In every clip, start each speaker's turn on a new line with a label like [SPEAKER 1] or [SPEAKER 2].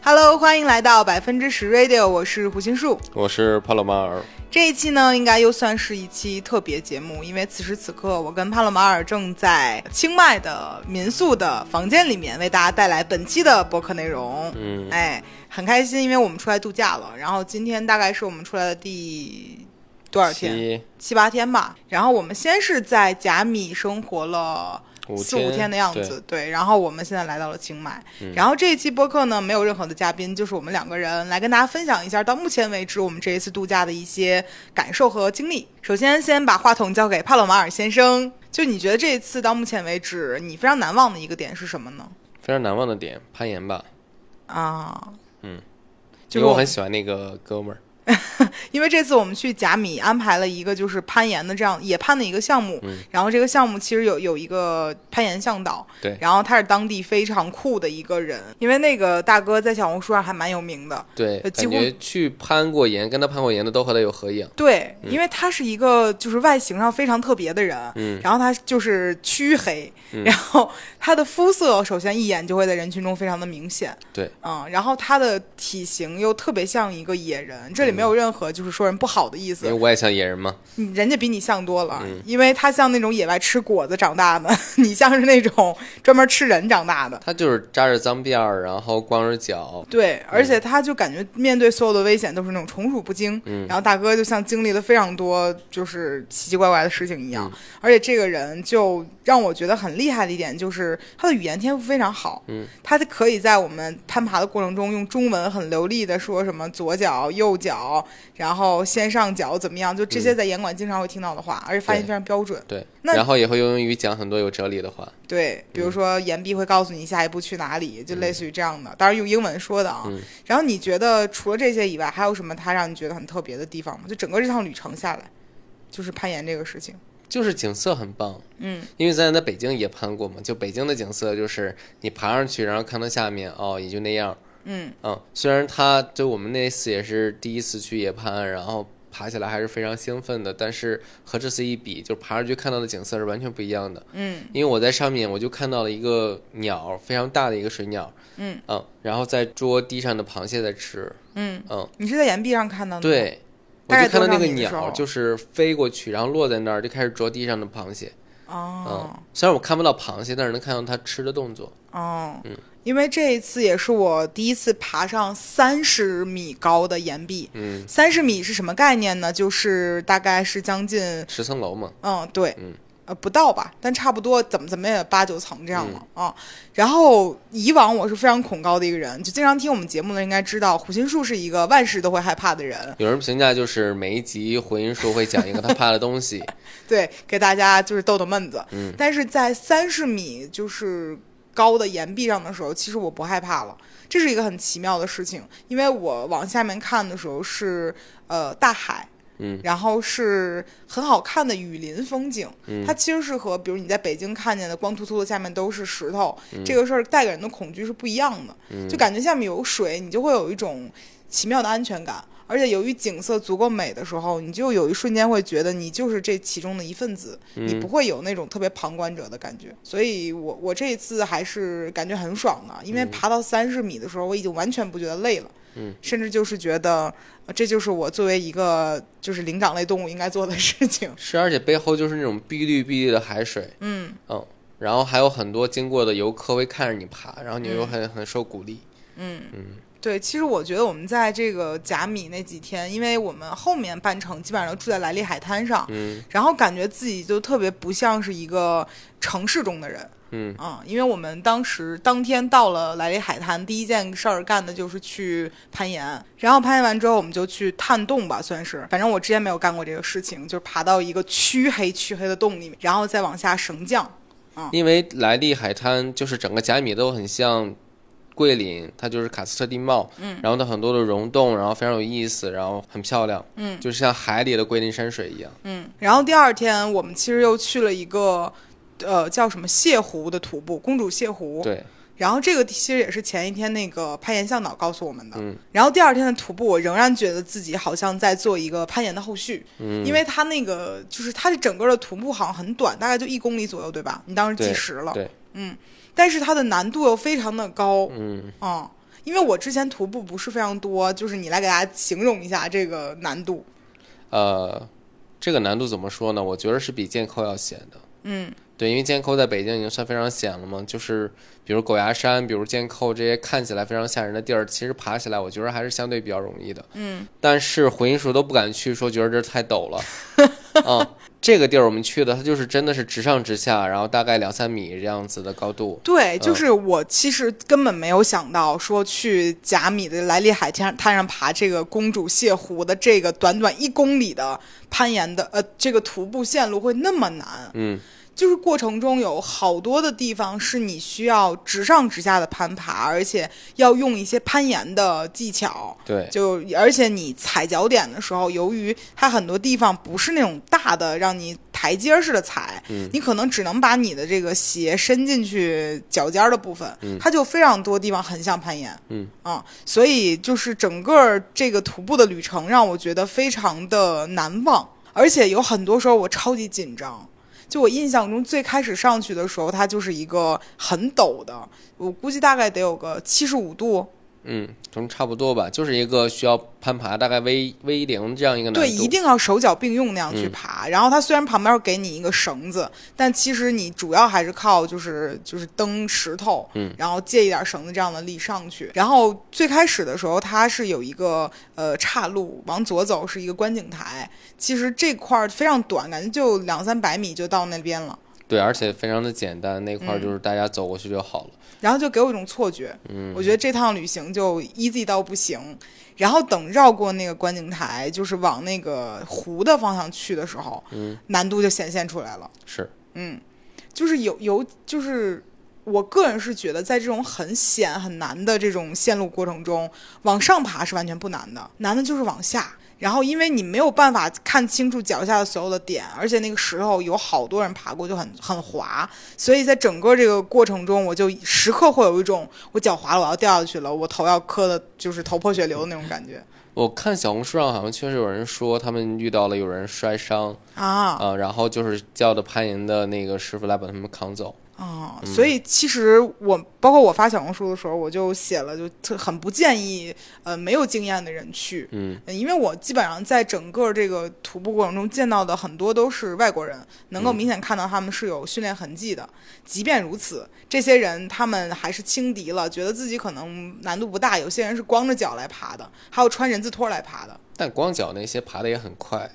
[SPEAKER 1] Hello，欢迎来到百分之十 Radio，我是胡心树。
[SPEAKER 2] 我是帕洛马尔，
[SPEAKER 1] 这一期呢，应该又算是一期特别节目，因为此时此刻，我跟帕洛马尔正在清迈的民宿的房间里面，为大家带来本期的播客内容。
[SPEAKER 2] 嗯，
[SPEAKER 1] 哎，很开心，因为我们出来度假了。然后今天大概是我们出来的第多少天？
[SPEAKER 2] 七
[SPEAKER 1] 七八天吧。然后我们先是在甲米生活了。
[SPEAKER 2] 五
[SPEAKER 1] 四五天的样子，对然后我们现在来到了清迈，
[SPEAKER 2] 嗯
[SPEAKER 1] 然后这一期播客呢没有任何的嘉宾，就是我们两个人来跟大家分享一下到目前为止我们这一次度假的一些感受和经历。首先，先把话筒交给帕洛马尔先生，就你觉得这一次到目前为止你非常难忘的一个点是什么呢？
[SPEAKER 2] 对非常难忘的点，攀岩吧，
[SPEAKER 1] 啊，
[SPEAKER 2] 嗯，
[SPEAKER 1] 就
[SPEAKER 2] 因
[SPEAKER 1] 是
[SPEAKER 2] 为我很喜欢那个哥们儿，
[SPEAKER 1] 因为这次我们去甲米安排了一个就是攀岩的这样野攀的一个项目，
[SPEAKER 2] 嗯
[SPEAKER 1] 然后这个项目其实有有一个攀岩向导，
[SPEAKER 2] 对
[SPEAKER 1] 然后他是当地非常酷的一个人，因为那个大哥在小红书上还蛮有名的，
[SPEAKER 2] 对，
[SPEAKER 1] 呃几
[SPEAKER 2] 感
[SPEAKER 1] 乎
[SPEAKER 2] 觉去攀过岩，跟他攀过岩的都和他有合影，
[SPEAKER 1] 对，因为他是一个就是外形上非常特别的人，
[SPEAKER 2] 嗯
[SPEAKER 1] 然后他就是黢黑，
[SPEAKER 2] 嗯
[SPEAKER 1] 然后他的肤色首先一眼就会在人群中非常的明显，
[SPEAKER 2] 对，
[SPEAKER 1] 嗯，然后他的体型又特别像一个野人，这里没有
[SPEAKER 2] 嗯
[SPEAKER 1] 任何就是说人不好的意
[SPEAKER 2] 因
[SPEAKER 1] 思
[SPEAKER 2] 为，我也像野人嘛，
[SPEAKER 1] 你人家比你像多了，
[SPEAKER 2] 嗯
[SPEAKER 1] 因为他像那种野外吃果子长大的， 你像是那种专门吃人长大的。
[SPEAKER 2] 他就是扎着脏辫儿，然后光着脚，
[SPEAKER 1] 对，而且他就感觉面对所有的危险都是那种宠辱不惊，
[SPEAKER 2] 嗯
[SPEAKER 1] 然后大哥就像经历了非常多就是奇奇怪怪的事情一样，
[SPEAKER 2] 嗯
[SPEAKER 1] 而且这个人就让我觉得很厉害的一点就是他的语言天赋非常好，
[SPEAKER 2] 嗯，
[SPEAKER 1] 他可以在我们攀爬的过程中用中文很流利的说什么左脚、右脚，然后先上脚怎么样，就这些在严管经常会听到的话，而且发音
[SPEAKER 2] 嗯对
[SPEAKER 1] 非常标准。
[SPEAKER 2] 对，
[SPEAKER 1] 那
[SPEAKER 2] 然后也会用英语讲很多有哲理的话，
[SPEAKER 1] 对，比
[SPEAKER 2] 嗯
[SPEAKER 1] 如说岩壁会告诉你下一步去哪里，就类似于这样的，当然用英文说的啊。
[SPEAKER 2] 嗯
[SPEAKER 1] 然后你觉得除了这些以外，还有什么它让你觉得很特别的地方吗？就整个这趟旅程下来，就是攀岩这个事情。
[SPEAKER 2] 就是景色很棒，
[SPEAKER 1] 嗯，
[SPEAKER 2] 因为咱在北京也攀过嘛，就北京的景色就是你爬上去，然后看到下面，哦，也就那样，
[SPEAKER 1] 嗯
[SPEAKER 2] 嗯，虽然他就我们那次也是第一次去野攀，然后爬起来还是非常兴奋的，但是和这次一比，就爬上去看到的景色是完全不一样的。
[SPEAKER 1] 嗯
[SPEAKER 2] 因为我在上面我就看到了一个鸟，非常大的一个水鸟，
[SPEAKER 1] 嗯
[SPEAKER 2] 嗯，然后在捉地上的螃蟹在吃，
[SPEAKER 1] 嗯，
[SPEAKER 2] 嗯，
[SPEAKER 1] 你是在岩壁上看到的？，
[SPEAKER 2] 对，我
[SPEAKER 1] 大概
[SPEAKER 2] 就看到那
[SPEAKER 1] 多
[SPEAKER 2] 个
[SPEAKER 1] 少米的时候
[SPEAKER 2] 鸟就是飞过去，然后落在那儿就开始啄地上的螃蟹，
[SPEAKER 1] 哦、
[SPEAKER 2] 嗯，虽然我看不到螃蟹，但是能看到它吃的动作，
[SPEAKER 1] 哦，
[SPEAKER 2] 嗯
[SPEAKER 1] 因为这一次也是我第一次爬上三十米高的岩壁。
[SPEAKER 2] 嗯，
[SPEAKER 1] 三十米是什么概念呢？就是大概是将近
[SPEAKER 2] 十层楼嘛，
[SPEAKER 1] 嗯，对，
[SPEAKER 2] 嗯
[SPEAKER 1] 呃，不到吧，但差不多怎么怎么也八九层这样了、啊。然后以往我是非常恐高的一个人，就经常听我们节目的人应该知道，胡心树是一个万事都会害怕的人。
[SPEAKER 2] 有人评价就是每一集回音术会讲一个他怕的东西，
[SPEAKER 1] 对，给大家就是逗逗闷子。
[SPEAKER 2] 嗯
[SPEAKER 1] 但是在三十米就是高的岩壁上的时候，其实我不害怕了。这是一个很奇妙的事情，因为我往下面看的时候是呃大海，
[SPEAKER 2] 嗯
[SPEAKER 1] 然后是很好看的雨林风景，
[SPEAKER 2] 嗯
[SPEAKER 1] 它其实是和比如你在北京看见的光秃秃的下面都是石头，这个事儿带给人的恐惧是不一样的，
[SPEAKER 2] 嗯
[SPEAKER 1] 就感觉下面有水，你就会有一种奇妙的安全感。而且由于景色足够美的时候，你就有一瞬间会觉得你就是这其中的一份子，你不会有那种特别旁观者的感觉。所以我我这一次还是感觉很爽的，因为爬到三十米的时候，我已经完全不觉得累了，
[SPEAKER 2] 嗯，
[SPEAKER 1] 甚至就是觉得呃这就是我作为一个就是灵长类动物应该做的事情。
[SPEAKER 2] 是，而且背后就是那种碧绿碧绿的海水，
[SPEAKER 1] 嗯，
[SPEAKER 2] 嗯，然后还有很多经过的游客会看着你爬，然后你又很、很受鼓励，
[SPEAKER 1] 对，其实我觉得我们在这个甲米那几天，因为我们后面半程基本上都住在莱利海滩上，
[SPEAKER 2] 嗯
[SPEAKER 1] 然后感觉自己就特别不像是一个城市中的人。
[SPEAKER 2] 嗯
[SPEAKER 1] 嗯，因为我们当时当天到了莱利海滩，第一件事儿干的就是去攀岩，然后攀岩完之后，我们就去探洞吧，算是，反正我之前没有干过这个事情，就是爬到一个黢黑黢黑的洞里面，然后再往下绳降。
[SPEAKER 2] 因为莱利海滩就是整个甲米都很像桂林，它就是喀斯特地貌，嗯，然后它很多的溶洞，然后非常有意思，然后很漂亮，嗯，就是像海里的桂林山水一样，
[SPEAKER 1] 嗯，然后第二天我们其实又去了一个，呃，叫什么泻湖的徒步，公主泻湖。
[SPEAKER 2] 对，
[SPEAKER 1] 然后这个其实也是前一天那个攀岩向导告诉我们的。
[SPEAKER 2] 嗯
[SPEAKER 1] 然后第二天的徒步，我仍然觉得自己好像在做一个攀岩的后续，
[SPEAKER 2] 嗯
[SPEAKER 1] 因为它那个就是它的整个的徒步好像很短，大概就一公里左右，对吧？你当时计
[SPEAKER 2] 对
[SPEAKER 1] 时了，
[SPEAKER 2] 对，
[SPEAKER 1] 但是它的难度又非常的高，
[SPEAKER 2] 嗯，
[SPEAKER 1] 嗯，因为我之前徒步不是非常多，就是你来给大家形容一下这个难度。
[SPEAKER 2] 呃，这个难度怎么说呢？我觉得是比剑扣要险的。
[SPEAKER 1] 嗯，
[SPEAKER 2] 对，因为剑扣在北京已经算非常险了嘛，就是比如狗牙山，比如剑扣这些看起来非常吓人的地儿，其实爬起来我觉得还是相对比较容易的。
[SPEAKER 1] 嗯，
[SPEAKER 2] 但是回音叔都不敢去，说觉得这儿太陡 了。嗯，这个地儿我们去的，它就是真的是直上直下，然后大概两三米这样子的高度。
[SPEAKER 1] 对，就
[SPEAKER 2] 嗯
[SPEAKER 1] 是我其实根本没有想到说去贾米的莱利海滩滩上爬这个公主泻湖的这个短短一公里的攀岩的呃这个徒步线路会那么难，
[SPEAKER 2] 嗯，
[SPEAKER 1] 就是过程中有好多的地方是你需要直上直下的攀爬，而且要用一些攀岩的技巧。
[SPEAKER 2] 对，
[SPEAKER 1] 就而且你踩脚点的时候，由于它很多地方不是那种大的让你台阶儿似的踩，
[SPEAKER 2] 嗯
[SPEAKER 1] 你可能只能把你的这个鞋伸进去脚尖儿的部分，
[SPEAKER 2] 嗯
[SPEAKER 1] 它就非常多地方很像攀岩，
[SPEAKER 2] 嗯
[SPEAKER 1] 啊，所以就是整个这个徒步的旅程让我觉得非常的难忘，而且有很多时候我超级紧张。就我印象中，最开始上去的时候，它就是一个很陡的，我估计大概得有个七十五度，
[SPEAKER 2] 嗯，从差不多吧，就是一个需要攀爬大概 V V 零这样一个难度。
[SPEAKER 1] 对，一定要手脚并用那样去
[SPEAKER 2] 嗯
[SPEAKER 1] 爬。然后它虽然旁边给你一个绳子，但其实你主要还是靠就是就是蹬石头，
[SPEAKER 2] 嗯
[SPEAKER 1] 然后借一点绳子这样的力上去。然后最开始的时候，它是有一个呃岔路，往左走是一个观景台。其实这块儿非常短，感觉就两三百米就到那边了。
[SPEAKER 2] 对，而且非常的简单，那
[SPEAKER 1] 嗯
[SPEAKER 2] 块儿就是大家走过去就好了。
[SPEAKER 1] 然后就给我一种错觉，
[SPEAKER 2] 嗯
[SPEAKER 1] 我觉得这趟旅行就 easy 到不行。然后等绕过那个观景台，就是往那个湖的方向去的时候，
[SPEAKER 2] 嗯
[SPEAKER 1] 难度就显现出来了。
[SPEAKER 2] 是，
[SPEAKER 1] 嗯，就是有有就是。我个人是觉得，在这种很险很难的这种线路过程中，往上爬是完全不难的，难的就是往下。然后，因为你没有办法看清楚脚下的所有的点，而且那个石头有好多人爬过，就很很滑，所以在整个这个过程中，我就时刻会有一种我脚滑了，我要掉下去了，我头要磕的，就是头破血流的那种感觉
[SPEAKER 2] 我看小红书上好像确实有人说他们遇到了有人摔伤，
[SPEAKER 1] 啊
[SPEAKER 2] 啊，然后就是叫的攀岩的那个师傅来把他们扛走。
[SPEAKER 1] 啊！所以其实我包括我发小红书的时候，我就写了，就特很不建议呃没有经验的人去，
[SPEAKER 2] 嗯
[SPEAKER 1] 呃因为我基本上在整个这个徒步过程中见到的很多都是外国人，能够明显看到他们是有训练痕迹的。即便如此，这些人他们还是轻敌了，觉得自己可能难度不大。有些人是光着脚来爬的，还有穿人字拖来爬的。
[SPEAKER 2] 但光脚那些爬的也很快，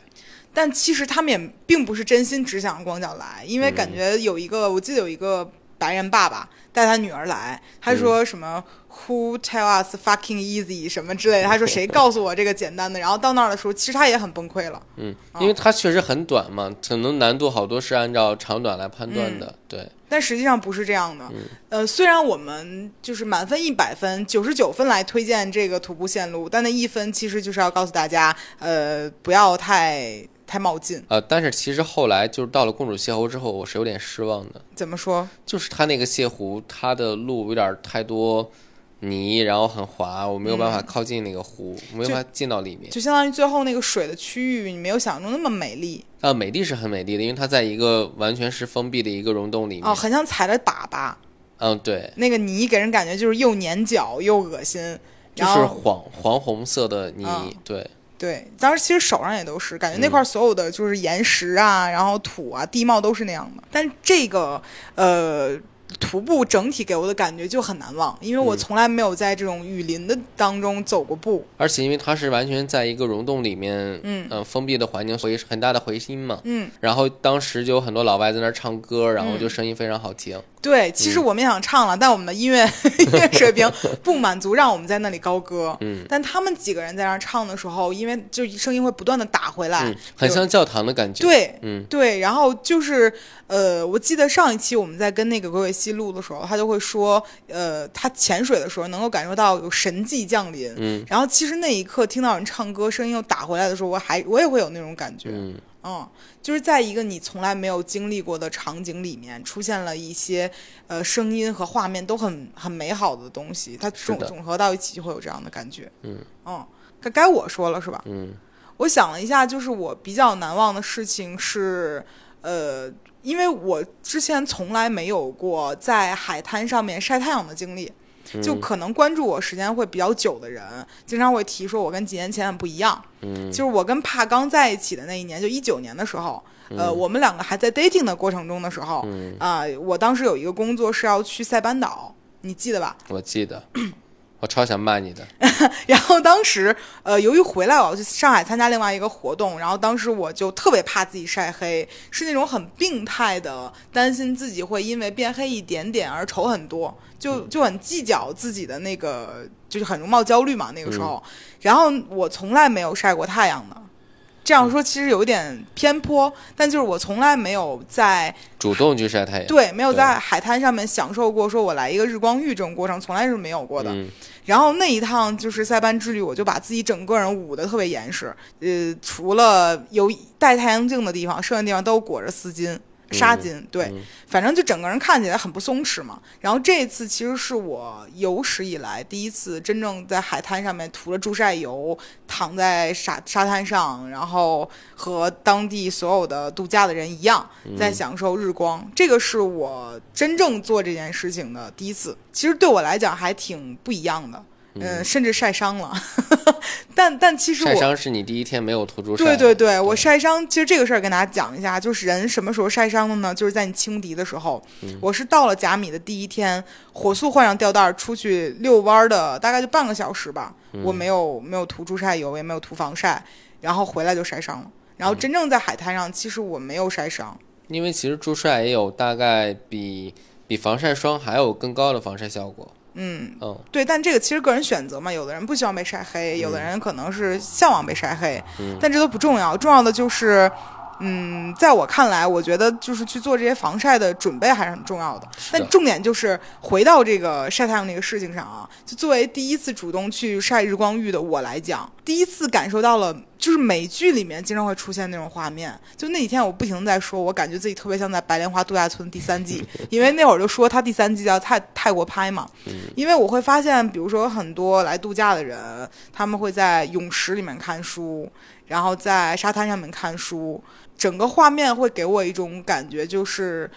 [SPEAKER 1] 但其实他们也并不是真心只想光脚来，因为感觉有一个，我记得有一个白人爸爸带他女儿来，他说什么、Who tell us fucking easy” 什么之类的，他说谁告诉我这个简单的？然后到那儿的时候，其实他也很崩溃了。
[SPEAKER 2] 嗯，
[SPEAKER 1] 哦
[SPEAKER 2] 因为它确实很短嘛，可能难度好多是按照长短来判断
[SPEAKER 1] 嗯
[SPEAKER 2] 的。对，
[SPEAKER 1] 但实际上不是这样的。呃，虽然我们就是满分一百分，九十九分来推荐这个徒步线路，但那一分其实就是要告诉大家，呃，不要太太冒进。
[SPEAKER 2] 呃，但是其实后来就是到了公主泻湖之后，我是有点失望的，
[SPEAKER 1] 怎么说？
[SPEAKER 2] 就是它那个泻湖，它的路有点太多泥，然后很滑，我没有办法靠近那个湖，没有办法进到里面。
[SPEAKER 1] 嗯就相当于最后那个水的区域，你没有想象中那么美丽
[SPEAKER 2] 啊，美丽是很美丽的，因为它在一个完全是封闭的一个溶洞里面。
[SPEAKER 1] 哦，很像踩了粑粑。
[SPEAKER 2] 嗯，对，
[SPEAKER 1] 那个泥给人感觉就是又粘脚又恶心，
[SPEAKER 2] 就
[SPEAKER 1] 然
[SPEAKER 2] 是
[SPEAKER 1] 后
[SPEAKER 2] 黄黄红色的泥，
[SPEAKER 1] 嗯
[SPEAKER 2] 对，
[SPEAKER 1] 对，当时其实手上也都是，感觉那
[SPEAKER 2] 嗯
[SPEAKER 1] 块所有的就是岩石啊，然后土啊、地貌都是那样的。但这个呃徒步整体给我的感觉就很难忘，因为
[SPEAKER 2] 嗯
[SPEAKER 1] 我从来没有在这种雨林的当中走过步。
[SPEAKER 2] 而且因为它是完全在一个溶洞里面，
[SPEAKER 1] 嗯
[SPEAKER 2] 呃封闭的环境，所以是很大的回音嘛。
[SPEAKER 1] 嗯，
[SPEAKER 2] 然后当时就有很多老外在那儿唱歌，然后就声音非常好听。
[SPEAKER 1] 啊对，其实
[SPEAKER 2] 嗯
[SPEAKER 1] 我们也想唱了，但我们的音乐 音乐水 平不满足，让我们在那里高歌。
[SPEAKER 2] 嗯，
[SPEAKER 1] 但他们几个人在那儿唱的时候，因为就声音会不断的打回来，
[SPEAKER 2] 嗯，很像教堂的感觉。，
[SPEAKER 1] 对，
[SPEAKER 2] 嗯
[SPEAKER 1] 对，然后就是呃，我记得上一期我们在跟那个鬼鬼西录的时候，他就会说，呃，他潜水的时候能够感受到有神迹降临。
[SPEAKER 2] 嗯
[SPEAKER 1] 然后其实那一刻听到人唱歌，声音又打回来的时候，我还我也会有那种感觉，
[SPEAKER 2] 嗯，
[SPEAKER 1] 嗯，就是在一个你从来没有经历过的场景里面，出现了一些呃声音和画面都很很美好的东西，它
[SPEAKER 2] 是
[SPEAKER 1] 总
[SPEAKER 2] 的
[SPEAKER 1] 总合到一起就会有这样的感觉。
[SPEAKER 2] 嗯
[SPEAKER 1] 嗯，该该我说了是吧？
[SPEAKER 2] 嗯
[SPEAKER 1] 我想了一下，就是我比较难忘的事情是，呃，因为我之前从来没有过在海滩上面晒太阳的经历，
[SPEAKER 2] 嗯
[SPEAKER 1] 就可能关注我时间会比较久的人，经常会提说我跟几年前很不一样。
[SPEAKER 2] 嗯
[SPEAKER 1] 就是我跟帕刚在一起的那一年，就一九年的时候，呃，我们两个还在 dating 的过程中的时候，
[SPEAKER 2] 嗯，
[SPEAKER 1] 啊、我当时有一个工作是要去塞班岛，你记得吧？
[SPEAKER 2] 我记得，我超想骂你的。
[SPEAKER 1] 然后当时，呃，由于回来我要去上海参加另外一个活动，然后当时我就特别怕自己晒黑，是那种很病态的担心自己会因为变黑一点点而丑很多，
[SPEAKER 2] 嗯
[SPEAKER 1] 就就很计较自己的那个，就是很容貌焦虑嘛那个
[SPEAKER 2] 嗯
[SPEAKER 1] 时候。然后我从来没有晒过太阳的，这样说其实有点偏颇，但就是我从来没有在
[SPEAKER 2] 主动去晒太阳。
[SPEAKER 1] 对没有
[SPEAKER 2] 对
[SPEAKER 1] 在海滩上面享受过，说我来一个日光浴这种过程，从来是没有过的。
[SPEAKER 2] 嗯
[SPEAKER 1] 然后那一趟就是塞班之旅，我就把自己整个人捂得特别严实，呃，除了有戴太阳镜的地方，剩下地方都裹着丝巾。纱巾，对，
[SPEAKER 2] 嗯
[SPEAKER 1] 反正就整个人看起来很不松弛嘛。然后这一次其实是我有史以来第一次真正在海滩上面涂了助晒油，躺在沙沙滩上，然后和当地所有的度假的人一样，
[SPEAKER 2] 嗯
[SPEAKER 1] 在享受日光。这个是我真正做这件事情的第一次，其实对我来讲还挺不一样的。嗯，甚至晒伤了， 但但其实
[SPEAKER 2] 晒
[SPEAKER 1] 我
[SPEAKER 2] 伤是你第一天没有涂住晒。
[SPEAKER 1] 对对对，我晒伤，其实这个事儿跟大家讲一下，就是人什么时候晒伤的呢？就是在你轻敌的时候，我是到了甲米的第一天，火速换上吊带儿出去遛弯儿的，大概就半个小时吧，我没有没有涂助晒油，也没有涂防晒，然后回来就晒伤了。然后真正在海滩上，其实我没有晒伤，
[SPEAKER 2] 因为其实助晒也有大概比比防晒霜还有更高的防晒效果。
[SPEAKER 1] 嗯，
[SPEAKER 2] 嗯，
[SPEAKER 1] 对，但这个其实个人选择嘛，有的人不希望被晒黑，有的
[SPEAKER 2] 嗯
[SPEAKER 1] 人可能是向往被晒黑，但这都不重要，重要的就是。嗯，在我看来，我觉得就是去做这些防晒的准备还是很重要的。
[SPEAKER 2] 是
[SPEAKER 1] 但
[SPEAKER 2] 的
[SPEAKER 1] 重点就是回到这个晒太阳这个事情上啊，就作为第一次主动去晒日光浴的我来讲，第一次感受到了就是美剧里面经常会出现那种画面。就那几天我不停地在说，我感觉自己特别像在《白莲花度假村》第三季，因为那会儿就说它第三季要泰泰国拍嘛，因为我会发现，比如说很多来度假的人，他们会在泳池里面看书，然后在沙滩上面看书，整个画面会给我一种感觉，就是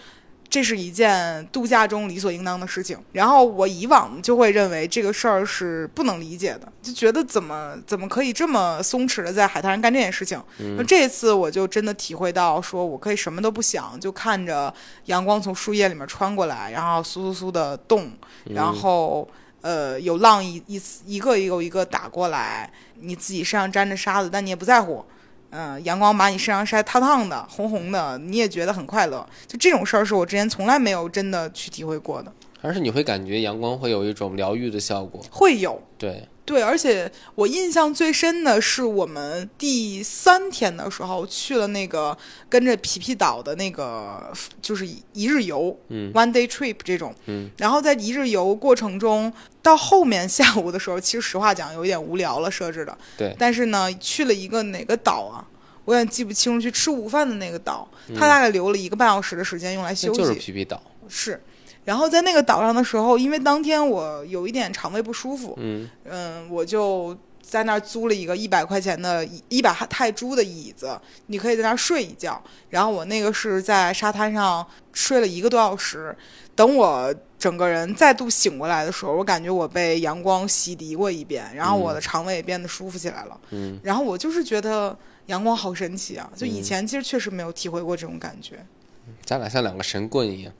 [SPEAKER 1] 这是一件度假中理所应当的事情。然后我以往就会认为这个事儿是不能理解的，就觉得怎么怎么可以这么松弛的在海滩上干这件事情。那、这次我就真的体会到，说我可以什么都不想，就看着阳光从树叶里面穿过来，然后簌簌簌的动，然后。呃，有浪一一丝一个一个一个打过来，你自己身上沾着沙子，但你也不在乎，嗯，阳光把你身上晒烫烫的、红红的，你也觉得很快乐。就这种事儿是我之前从来没有真的去体会过的，
[SPEAKER 2] 而是你会感觉阳光会有一种疗愈的效果。
[SPEAKER 1] 会有。
[SPEAKER 2] 对，
[SPEAKER 1] 对，而且我印象最深的是我们第三天的时候去了那个跟着皮皮岛的那个就是一日游，
[SPEAKER 2] 嗯
[SPEAKER 1] ，one day trip 这种，
[SPEAKER 2] 嗯，
[SPEAKER 1] 然后在一日游过程中，到后面下午的时候，其实实话讲有一点无聊了设置的，
[SPEAKER 2] 对，
[SPEAKER 1] 但是呢，去了一个哪个岛啊？我有点记不清楚，去吃午饭的那个岛，他大概留了一个半小时的时间用来
[SPEAKER 2] 嗯那
[SPEAKER 1] 休息。
[SPEAKER 2] 就是皮皮岛。
[SPEAKER 1] 是，然后在那个岛上的时候，因为当天我有一点肠胃不舒服，
[SPEAKER 2] 嗯
[SPEAKER 1] 嗯，我就在那儿租了一个一百块钱的一百泰铢的椅子，你可以在那儿睡一觉。然后我那个是在沙滩上睡了一个多小时，等我整个人再度醒过来的时候，我感觉我被阳光洗涤过一遍，然后我的肠胃也变得舒服起来了。
[SPEAKER 2] 嗯，
[SPEAKER 1] 然后我就是觉得阳光好神奇啊！就以前其实确实没有体会过这种感觉，
[SPEAKER 2] 咱俩像两个神棍一样。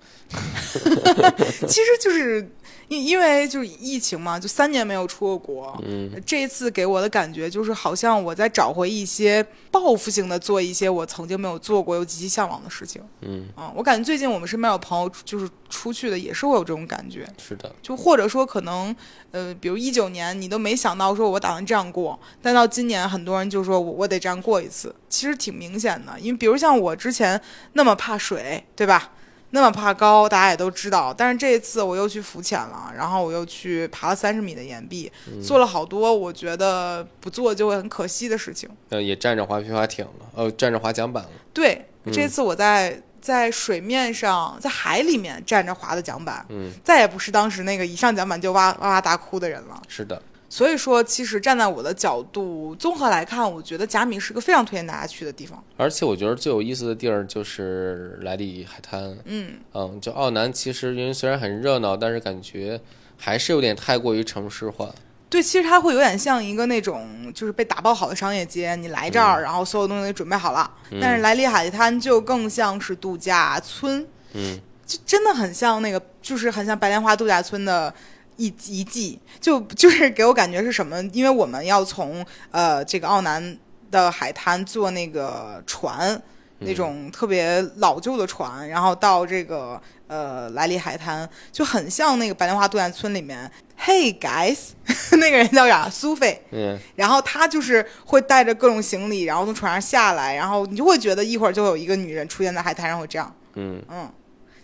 [SPEAKER 1] 其实就是因因为就是疫情嘛，就三年没有出过国。
[SPEAKER 2] 嗯
[SPEAKER 1] 这一次给我的感觉就是，好像我在找回一些报复性的做一些我曾经没有做过又极其向往的事情。
[SPEAKER 2] 嗯，
[SPEAKER 1] 嗯，我感觉最近我们身边有朋友就是出去的，也是会有这种感觉。
[SPEAKER 2] 是的，
[SPEAKER 1] 就或者说可能，呃，比如一九年你都没想到说我打算这样过，但到今年很多人就说我我得这样过一次，其实挺明显的，因为比如像我之前那么怕水，对吧？那么怕高，大家也都知道。但是这一次我又去浮潜了，然后我又去爬了三十米的岩壁，做了好多我觉得不做就会很可惜的事情。
[SPEAKER 2] 呃，也站着滑皮划艇了，呃，站着划桨板了。
[SPEAKER 1] 对，这次我在在水面上，在海里面站着划的桨板，
[SPEAKER 2] 嗯，
[SPEAKER 1] 再也不是当时那个一上桨板就哇哇哇大哭的人了。
[SPEAKER 2] 是的，
[SPEAKER 1] 所以说，其实站在我的角度，综合来看，我觉得甲米是个非常推荐大家去的地方。
[SPEAKER 2] 而且我觉得最有意思的地儿就是莱利海滩。
[SPEAKER 1] 嗯
[SPEAKER 2] 嗯，就奥南其实因为虽然很热闹，但是感觉还是有点太过于城市化。
[SPEAKER 1] 对，其实它会有点像一个那种就是被打包好的商业街，你来这儿，然后所有东西都准备好了。但是莱利海滩就更像是度假村，
[SPEAKER 2] 嗯，
[SPEAKER 1] 就真的很像那个，就是很像白莲花度假村的一一季，就就是给我感觉是什么？因为我们要从呃这个奥南的海滩坐那个船，那种特别老旧的船，然后到这个呃莱利海滩，就很像那个白莲花度假村里面。Hey guys，那 个人叫啥？苏菲。
[SPEAKER 2] 嗯，
[SPEAKER 1] 然后他就是会带着各种行李，然后从船上下来，然后你就会觉得一会儿就会有一个女人出现在海滩上，会这样。
[SPEAKER 2] 嗯，
[SPEAKER 1] 嗯，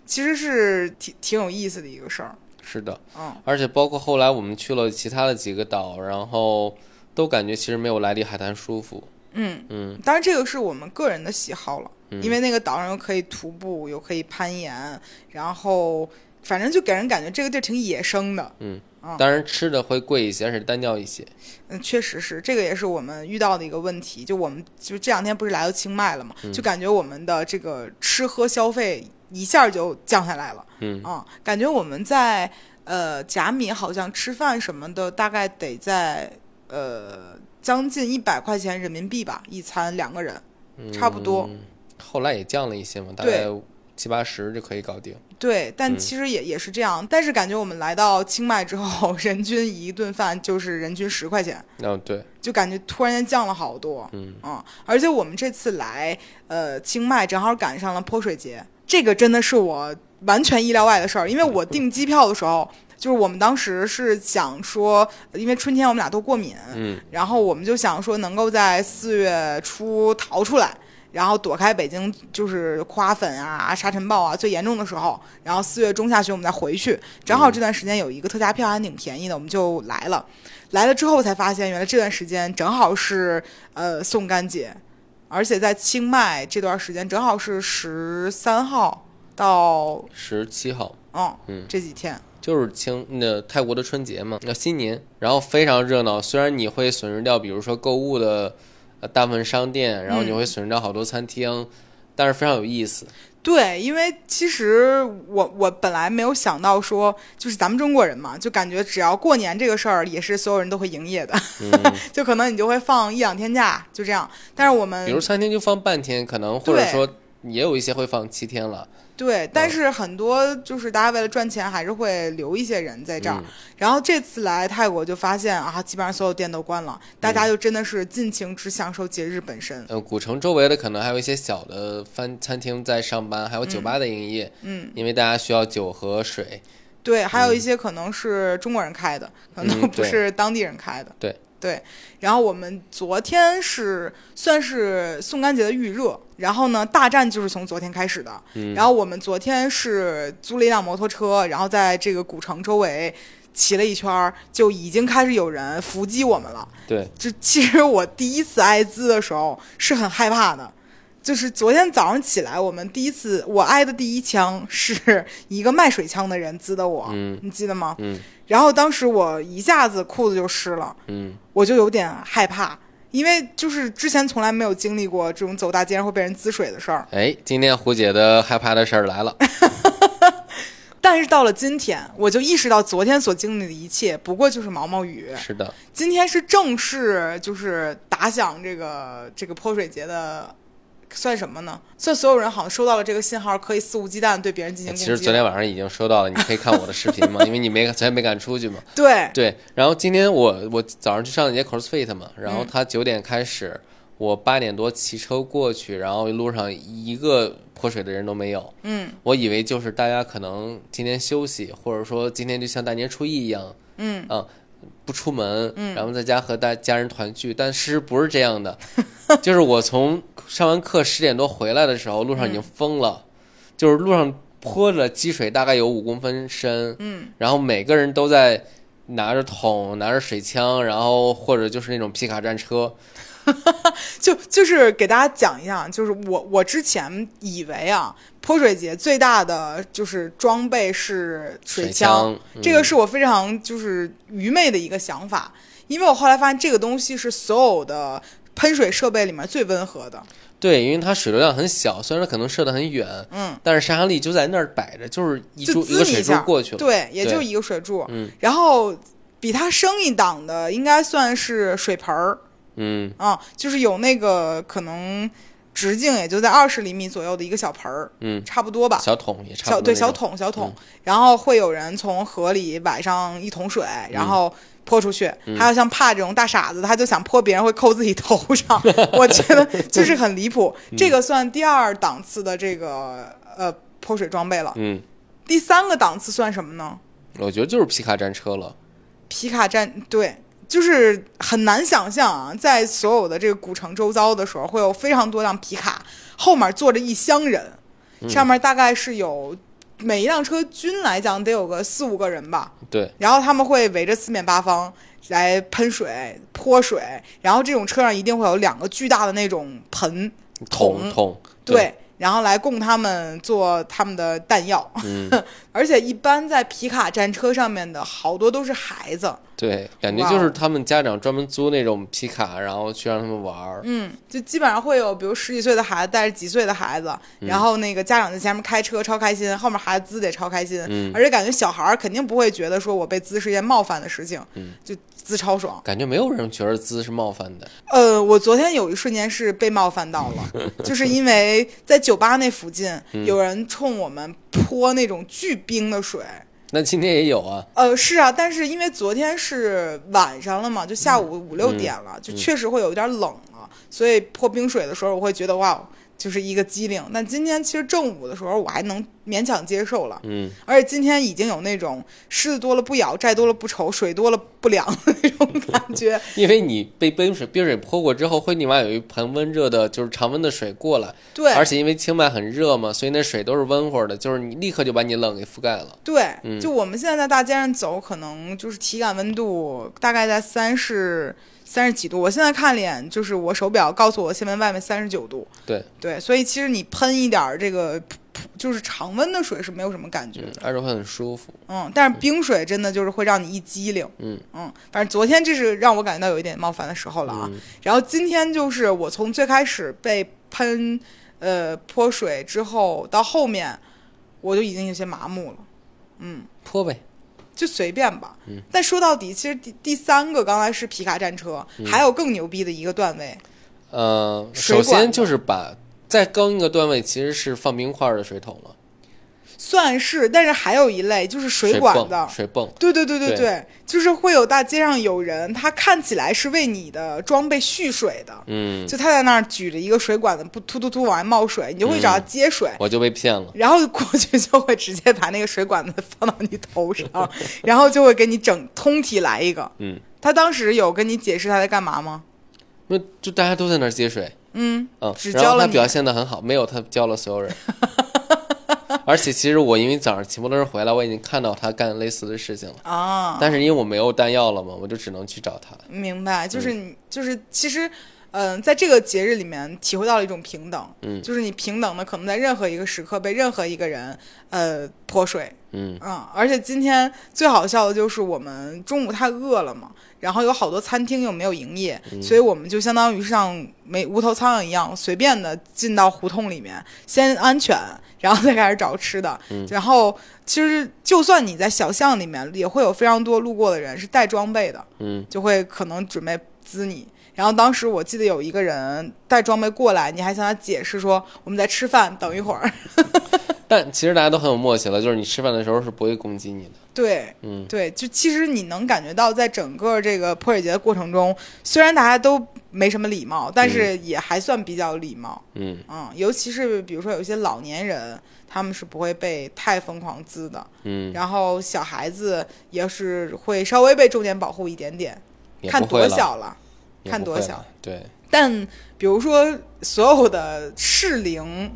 [SPEAKER 1] 其实是挺挺有意思的一个事儿。
[SPEAKER 2] 是的。
[SPEAKER 1] 嗯，
[SPEAKER 2] 而且包括后来我们去了其他的几个岛，然后都感觉其实没有莱利海滩舒服。
[SPEAKER 1] 嗯
[SPEAKER 2] 嗯
[SPEAKER 1] 当然这个是我们个人的喜好了，
[SPEAKER 2] 嗯
[SPEAKER 1] 因为那个岛上又可以徒步，又可以攀岩，然后反正就给人感觉这个地儿挺野生的。
[SPEAKER 2] 嗯
[SPEAKER 1] 嗯，
[SPEAKER 2] 当然吃的会贵一些，而且单调一些。
[SPEAKER 1] 嗯，确实是，这个也是我们遇到的一个问题。就我们就这两天不是来到清迈了嘛，
[SPEAKER 2] 嗯
[SPEAKER 1] 就感觉我们的这个吃喝消费一下就降下来了。
[SPEAKER 2] 嗯
[SPEAKER 1] 啊，感觉我们在呃甲米好像吃饭什么的，大概得在呃将近一百块钱人民币吧，一餐两个人，差不多。
[SPEAKER 2] 嗯后来也降了一些嘛，大
[SPEAKER 1] 对
[SPEAKER 2] 概七八十就可以搞定。
[SPEAKER 1] 对，但
[SPEAKER 2] 嗯
[SPEAKER 1] 其实也、也是这样，但是感觉我们来到清迈之后， 人均一顿饭就是人均十块钱，
[SPEAKER 2] 嗯、对，
[SPEAKER 1] 就感觉突然间降了好多。
[SPEAKER 2] 嗯
[SPEAKER 1] 嗯，而且我们这次来呃清迈，正好赶上了泼水节，这个真的是我完全意料外的事儿。因为我订机票的时候，就是我们当时是想说，因为春天我们俩都过敏，
[SPEAKER 2] 嗯
[SPEAKER 1] 然后我们就想说能够在四月初逃出来。然后躲开北京就是花粉啊、沙尘暴啊最严重的时候，然后四月中下旬我们再回去，正
[SPEAKER 2] 嗯
[SPEAKER 1] 好这段时间有一个特价票还挺便宜的，我们就来了。来了之后才发现，原来这段时间正好是呃宋干节，而且在清迈这段时间正好是十三号到
[SPEAKER 2] 十七号。
[SPEAKER 1] 嗯
[SPEAKER 2] 嗯
[SPEAKER 1] 这几天，
[SPEAKER 2] 就是清那泰国的春节嘛，那新年，然后非常热闹。虽然你会损失掉，比如说购物的呃大部分商店，然后你会损失掉好多餐厅，但是非常有意思。
[SPEAKER 1] 对，因为其实我我本来没有想到说，就是咱们中国人嘛，就感觉只要过年这个事儿也是所有人都会营业的， 就可能你就会放一两天假，就这样。但是我们
[SPEAKER 2] 比如餐厅就放半天，可能或者
[SPEAKER 1] 嗯对
[SPEAKER 2] 说也有一些会放七天了。
[SPEAKER 1] 对，但是很多就是大家为了赚钱，还是会留一些人在这儿。然后这次来泰国就发现啊，基本上所有店都关了，大家就真的是尽情只享受节日本身。
[SPEAKER 2] 呃，古城周围的可能还有一些小的饭餐厅在上班，还有酒吧的营业，
[SPEAKER 1] 嗯，
[SPEAKER 2] 因为大家需要酒和水。
[SPEAKER 1] 对，还有一些可能是中国人开的，可能
[SPEAKER 2] 嗯
[SPEAKER 1] 不
[SPEAKER 2] 对
[SPEAKER 1] 是当地人开的。
[SPEAKER 2] 对
[SPEAKER 1] 对，然后我们昨天是算是宋干节的预热，然后呢，大战就是从昨天开始的。
[SPEAKER 2] 嗯
[SPEAKER 1] 然后我们昨天是租了一辆摩托车，然后在这个古城周围骑了一圈儿，就已经开始有人伏击我们了。
[SPEAKER 2] 对，
[SPEAKER 1] 就其实我第一次艾滋的时候是很害怕的，就是昨天早上起来，我们第一次我挨的第一枪是一个卖水枪的人滋的我，
[SPEAKER 2] 嗯
[SPEAKER 1] 你记得吗？
[SPEAKER 2] 嗯
[SPEAKER 1] 然后当时我一下子裤子就湿了，
[SPEAKER 2] 嗯，
[SPEAKER 1] 我就有点害怕，因为就是之前从来没有经历过这种走大街上会被人滋水的事儿。
[SPEAKER 2] 哎，今天胡姐的害怕的事儿来了。
[SPEAKER 1] 但是到了今天，我就意识到昨天所经历的一切不过就是毛毛雨，
[SPEAKER 2] 是的，
[SPEAKER 1] 今天是正式就是打响这个这个泼水节的，算什么呢？算所有人好像收到了这个信号，可以肆无忌惮对别人进行攻击
[SPEAKER 2] 哎啊其
[SPEAKER 1] 了。
[SPEAKER 2] 实昨天晚上已经收到了，你可以看我的视频 嘛，因为你没昨天没敢出去嘛。
[SPEAKER 1] 对，嗯
[SPEAKER 2] 对，然后今天我我早上去上了节 CrossFit 嘛，然后他九点开始，我八点多骑车过去，然后路上一个泼水的人都没有。
[SPEAKER 1] 嗯
[SPEAKER 2] 我以为就是大家可能今天休息，或者说今天就像大年初一一样，
[SPEAKER 1] 嗯
[SPEAKER 2] 啊，不出门，然后在家和大家人团聚，但事实不是这样的， 就是我从上完课十点多回来的时候，路上已经
[SPEAKER 1] 嗯
[SPEAKER 2] 疯了，就是路上泼着积水，大概有五公分深，
[SPEAKER 1] 嗯，
[SPEAKER 2] 然后每个人都在拿着桶、拿着水枪，然后或者就是那种皮卡战车，
[SPEAKER 1] 就就是给大家讲一下，就是我我之前以为啊，泼水节最大的就是装备是
[SPEAKER 2] 水
[SPEAKER 1] 枪，
[SPEAKER 2] 枪嗯
[SPEAKER 1] 这个是我非常就是愚昧的一个想法。因为我后来发现这个东西是所有的喷水设备里面最温和的。
[SPEAKER 2] 对，因为它水流量很小，虽然它可能射得很远，
[SPEAKER 1] 嗯，
[SPEAKER 2] 但是杀伤力就在那儿摆着，就是一
[SPEAKER 1] 就
[SPEAKER 2] 柱
[SPEAKER 1] 滋
[SPEAKER 2] 一个
[SPEAKER 1] 你
[SPEAKER 2] 水柱
[SPEAKER 1] 下
[SPEAKER 2] 过去了。
[SPEAKER 1] 对，也
[SPEAKER 2] 对
[SPEAKER 1] 就一个水柱。
[SPEAKER 2] 嗯
[SPEAKER 1] 然后比它升一档的应该算是水盆儿
[SPEAKER 2] 嗯
[SPEAKER 1] 啊，就是有那个可能直径也就在二十厘米左右的一个小盆儿，
[SPEAKER 2] 嗯，
[SPEAKER 1] 差不多吧。
[SPEAKER 2] 小桶也差不
[SPEAKER 1] 小
[SPEAKER 2] 多
[SPEAKER 1] 对
[SPEAKER 2] 那
[SPEAKER 1] 小
[SPEAKER 2] 种嗯
[SPEAKER 1] 桶小桶，然后会有人从河里崴上一桶水，
[SPEAKER 2] 嗯
[SPEAKER 1] 然后泼出去。还有像怕这种大傻子，他就想泼别人会扣自己头上， 我觉得就是很离谱。
[SPEAKER 2] 嗯
[SPEAKER 1] 这个算第二档次的这个呃泼水装备了。
[SPEAKER 2] 嗯，
[SPEAKER 1] 第三个档次算什么呢？
[SPEAKER 2] 我觉得就是皮卡战车了。
[SPEAKER 1] 皮卡战对。就是很难想象啊，在所有的这个古城周遭的时候，会有非常多辆皮卡，后面坐着一箱人，上面大概是有每一辆车均来讲得有个四五个人吧，
[SPEAKER 2] 对，
[SPEAKER 1] 然后他们会围着四面八方来喷水、泼水，然后这种车上一定会有两个巨大的那种盆，
[SPEAKER 2] 桶
[SPEAKER 1] 桶
[SPEAKER 2] 桶，
[SPEAKER 1] 对，，然后来供他们做他们的弹药。
[SPEAKER 2] 嗯，
[SPEAKER 1] 而且一般在皮卡战车上面的好多都是孩子，
[SPEAKER 2] 对，感觉
[SPEAKER 1] 哦
[SPEAKER 2] 就是他们家长专门租那种皮卡，然后去让他们玩儿。
[SPEAKER 1] 嗯，就基本上会有，比如十几岁的孩子带着几岁的孩子，
[SPEAKER 2] 嗯
[SPEAKER 1] 然后那个家长在前面开车超开心，后面孩子滋得超开心，
[SPEAKER 2] 嗯
[SPEAKER 1] 而且感觉小孩儿肯定不会觉得说我被滋是一件冒犯的事情，
[SPEAKER 2] 嗯
[SPEAKER 1] 就滋超爽。
[SPEAKER 2] 感觉没有人觉得滋是冒犯的，
[SPEAKER 1] 呃，我昨天有一瞬间是被冒犯到 了，就是因为在酒吧那附近
[SPEAKER 2] 嗯
[SPEAKER 1] 有人冲我们泼那种巨冰的水。
[SPEAKER 2] 那今天也有啊，
[SPEAKER 1] 呃，是啊，但是因为昨天是晚上了嘛，就下
[SPEAKER 2] 嗯
[SPEAKER 1] 午五六点了，就确实会有一点冷了，所以泼冰水的时候，我会觉得哇，哦就是一个机灵。但今天其实正午的时候，我还能勉强接受了，
[SPEAKER 2] 嗯，
[SPEAKER 1] 而且今天已经有那种虱子多了不咬，债多了不愁，水多了不凉的那 种感觉。
[SPEAKER 2] 因为你被冰水冰水泼过之后，会立马有一盆温热的，就是常温的水过来，
[SPEAKER 1] 对，
[SPEAKER 2] 而且因为清迈很热嘛，所以那水都是温和的，就是你立刻就把你冷给覆盖了。
[SPEAKER 1] 对，
[SPEAKER 2] 嗯
[SPEAKER 1] 就我们现在在大街上走，可能就是体感温度大概在三十三十几度。我现在看脸，就是我手表告诉我现在外面三十九度。
[SPEAKER 2] 对
[SPEAKER 1] 对，所以其实你喷一点儿这个普普就是常温的水是没有什么感觉
[SPEAKER 2] 嗯
[SPEAKER 1] 的，，
[SPEAKER 2] 而且会很舒服。
[SPEAKER 1] 嗯但是冰水真的就是会让你一激灵，
[SPEAKER 2] 嗯
[SPEAKER 1] 嗯，反正昨天这是让我感觉到有一点冒犯的时候了啊。
[SPEAKER 2] 嗯
[SPEAKER 1] 然后今天就是我从最开始被喷呃泼水之后到后面，我就已经有些麻木了。
[SPEAKER 2] 泼呗，
[SPEAKER 1] 就随便吧。
[SPEAKER 2] 嗯
[SPEAKER 1] 但说到底，其实第第三个刚才是皮卡战车，
[SPEAKER 2] 嗯
[SPEAKER 1] 还有更牛逼的一个段位。
[SPEAKER 2] 呃，
[SPEAKER 1] 水
[SPEAKER 2] 首
[SPEAKER 1] 管
[SPEAKER 2] 先
[SPEAKER 1] 子
[SPEAKER 2] 就是把再高一个段位其实是放冰块儿的水桶了，
[SPEAKER 1] 算是，但是还有一类就是水
[SPEAKER 2] 水
[SPEAKER 1] 管
[SPEAKER 2] 泵
[SPEAKER 1] 的。
[SPEAKER 2] 水泵，
[SPEAKER 1] 对对对对
[SPEAKER 2] 对
[SPEAKER 1] 对，就是会有大街上有人，他看起来是为你的装备蓄水的，
[SPEAKER 2] 嗯，
[SPEAKER 1] 就他在那儿举着一个水管子，不突突突往外冒水，你就会找他
[SPEAKER 2] 嗯
[SPEAKER 1] 接水。
[SPEAKER 2] 我就被骗了。
[SPEAKER 1] 然后过去就会直接把那个水管子放到你头上，然后就会给你整通体来一个。
[SPEAKER 2] 嗯，
[SPEAKER 1] 他当时有跟你解释他在干嘛吗？
[SPEAKER 2] 那就大家都在那儿接水，
[SPEAKER 1] 嗯，
[SPEAKER 2] 嗯，
[SPEAKER 1] 只
[SPEAKER 2] 然
[SPEAKER 1] 教
[SPEAKER 2] 后
[SPEAKER 1] 了
[SPEAKER 2] 他
[SPEAKER 1] 你
[SPEAKER 2] 表现的很好，没有他教了所 有人。而且其实我因为早上骑摩托车回来，我已经看到他干类似的事情了，
[SPEAKER 1] 啊，
[SPEAKER 2] 但是因为我没有弹药了嘛，我就只能去找他。
[SPEAKER 1] 明白，就是
[SPEAKER 2] 嗯
[SPEAKER 1] 你、就是其实，嗯、在这个节日里面体会到了一种平等，
[SPEAKER 2] 嗯
[SPEAKER 1] 就是你平等的可能在任何一个时刻被任何一个人呃泼水，
[SPEAKER 2] 嗯
[SPEAKER 1] 嗯，而且今天最好笑的就是我们中午太饿了嘛，然后有好多餐厅又没有营业，所以我们就相当于像没无头苍蝇一样随便的进到胡同里面，先安全，然后再开始找吃的。然后其实就算你在小巷里面，也会有非常多路过的人是带装备的，
[SPEAKER 2] 嗯，
[SPEAKER 1] 就会可能准备滋你。然后当时我记得有一个人带装备过来，你还向他解释说我们在吃饭，等一会儿。
[SPEAKER 2] 但其实大家都很有默契了，就是你吃饭的时候是不会攻击你的。
[SPEAKER 1] 对，
[SPEAKER 2] 嗯
[SPEAKER 1] 对，就其实你能感觉到，在整个这个泼水节的过程中，虽然大家都没什么礼貌，但是也还算比较礼貌。
[SPEAKER 2] 嗯
[SPEAKER 1] 嗯，尤其是比如说有一些老年人，他们是不会被太疯狂滋的，
[SPEAKER 2] 嗯，
[SPEAKER 1] 然后小孩子也是会稍微被重点保护一点点，
[SPEAKER 2] 也
[SPEAKER 1] 看
[SPEAKER 2] 不会
[SPEAKER 1] 多
[SPEAKER 2] 了，
[SPEAKER 1] 小了。
[SPEAKER 2] 也
[SPEAKER 1] 看
[SPEAKER 2] 不
[SPEAKER 1] 多
[SPEAKER 2] 会
[SPEAKER 1] 小
[SPEAKER 2] 了。对，
[SPEAKER 1] 但比如说所有的适龄，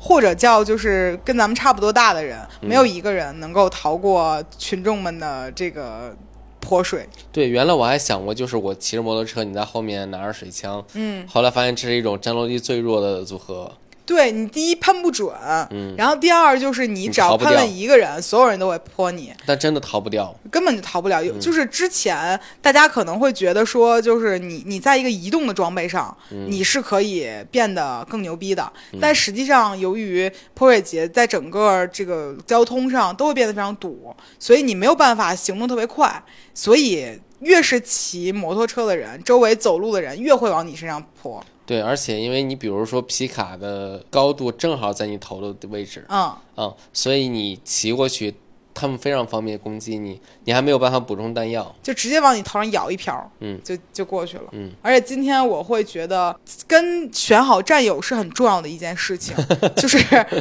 [SPEAKER 1] 或者叫就是跟咱们差不多大的人，
[SPEAKER 2] 嗯
[SPEAKER 1] 没有一个人能够逃过群众们的这个泼水。
[SPEAKER 2] 对，原来我还想过，就是我骑着摩托车，你在后面拿着水枪，
[SPEAKER 1] 嗯，
[SPEAKER 2] 后来发现这是一种战斗力最弱的组合，
[SPEAKER 1] 对你第一喷不准，
[SPEAKER 2] 嗯
[SPEAKER 1] 然后第二就是你只要
[SPEAKER 2] 逃不
[SPEAKER 1] 喷了
[SPEAKER 2] 掉
[SPEAKER 1] 一个人，所有人都会泼你，
[SPEAKER 2] 但真的逃不掉。
[SPEAKER 1] 根本就逃不了。有就是之前大家可能会觉得说，就是你你在一个移动的装备上，你是可以变得更牛逼的，但实际上由于泼水节在整个这个交通上都会变得非常堵，所以你没有办法行动特别快，所以越是骑摩托车的人，周围走路的人越会往你身上泼，
[SPEAKER 2] 对，而且因为你比如说皮卡的高度正好在你头的位置，
[SPEAKER 1] 嗯。
[SPEAKER 2] 嗯，所以你骑过去，他们非常方便攻击你，你还没有办法补充弹药。
[SPEAKER 1] 就直接往你头上咬一瓢，
[SPEAKER 2] 嗯，
[SPEAKER 1] 就就过去了，
[SPEAKER 2] 嗯。
[SPEAKER 1] 而且今天我会觉得跟选好战友是很重要的一件事 情，就是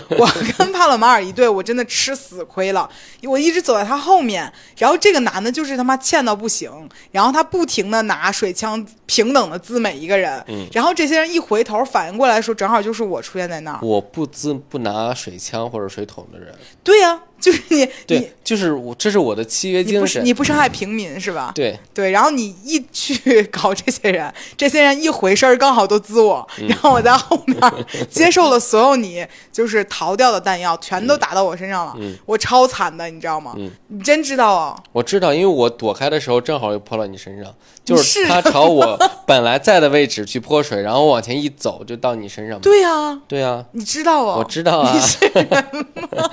[SPEAKER 1] 我跟帕洛马尔一队，我真的吃死亏了，我一直走在他后面，然后这个男的就是他妈欠到不行，然后他不停的拿水枪平等的滋每一个人，
[SPEAKER 2] 嗯
[SPEAKER 1] 然后这些人一回头反应过来的时候，正好就是我出现在那儿，
[SPEAKER 2] 我不自不拿水枪或者水桶的人，
[SPEAKER 1] 对呀、就是你你
[SPEAKER 2] 对，就是我，这是我的契约
[SPEAKER 1] 你不
[SPEAKER 2] 精
[SPEAKER 1] 是
[SPEAKER 2] 神。
[SPEAKER 1] 你不伤害平民是 吧？
[SPEAKER 2] 对，
[SPEAKER 1] 对，然后你一去 搞这些人，这些人一回身儿刚好都滋我，
[SPEAKER 2] 嗯
[SPEAKER 1] 然后我在后面儿接受了所有你就是逃掉的弹药，全都打到我身上了，我超惨的，你知道吗？
[SPEAKER 2] 嗯
[SPEAKER 1] 你真知道哦，
[SPEAKER 2] 我知道，因为我躲开的时候正好又泼到你身上，就是是他朝我本来在的位置去泼水，然后往前一走就到你身上嘛。
[SPEAKER 1] 对呀、
[SPEAKER 2] 对啊，
[SPEAKER 1] 你知道哦，
[SPEAKER 2] 我知道啊
[SPEAKER 1] 你，是人吗？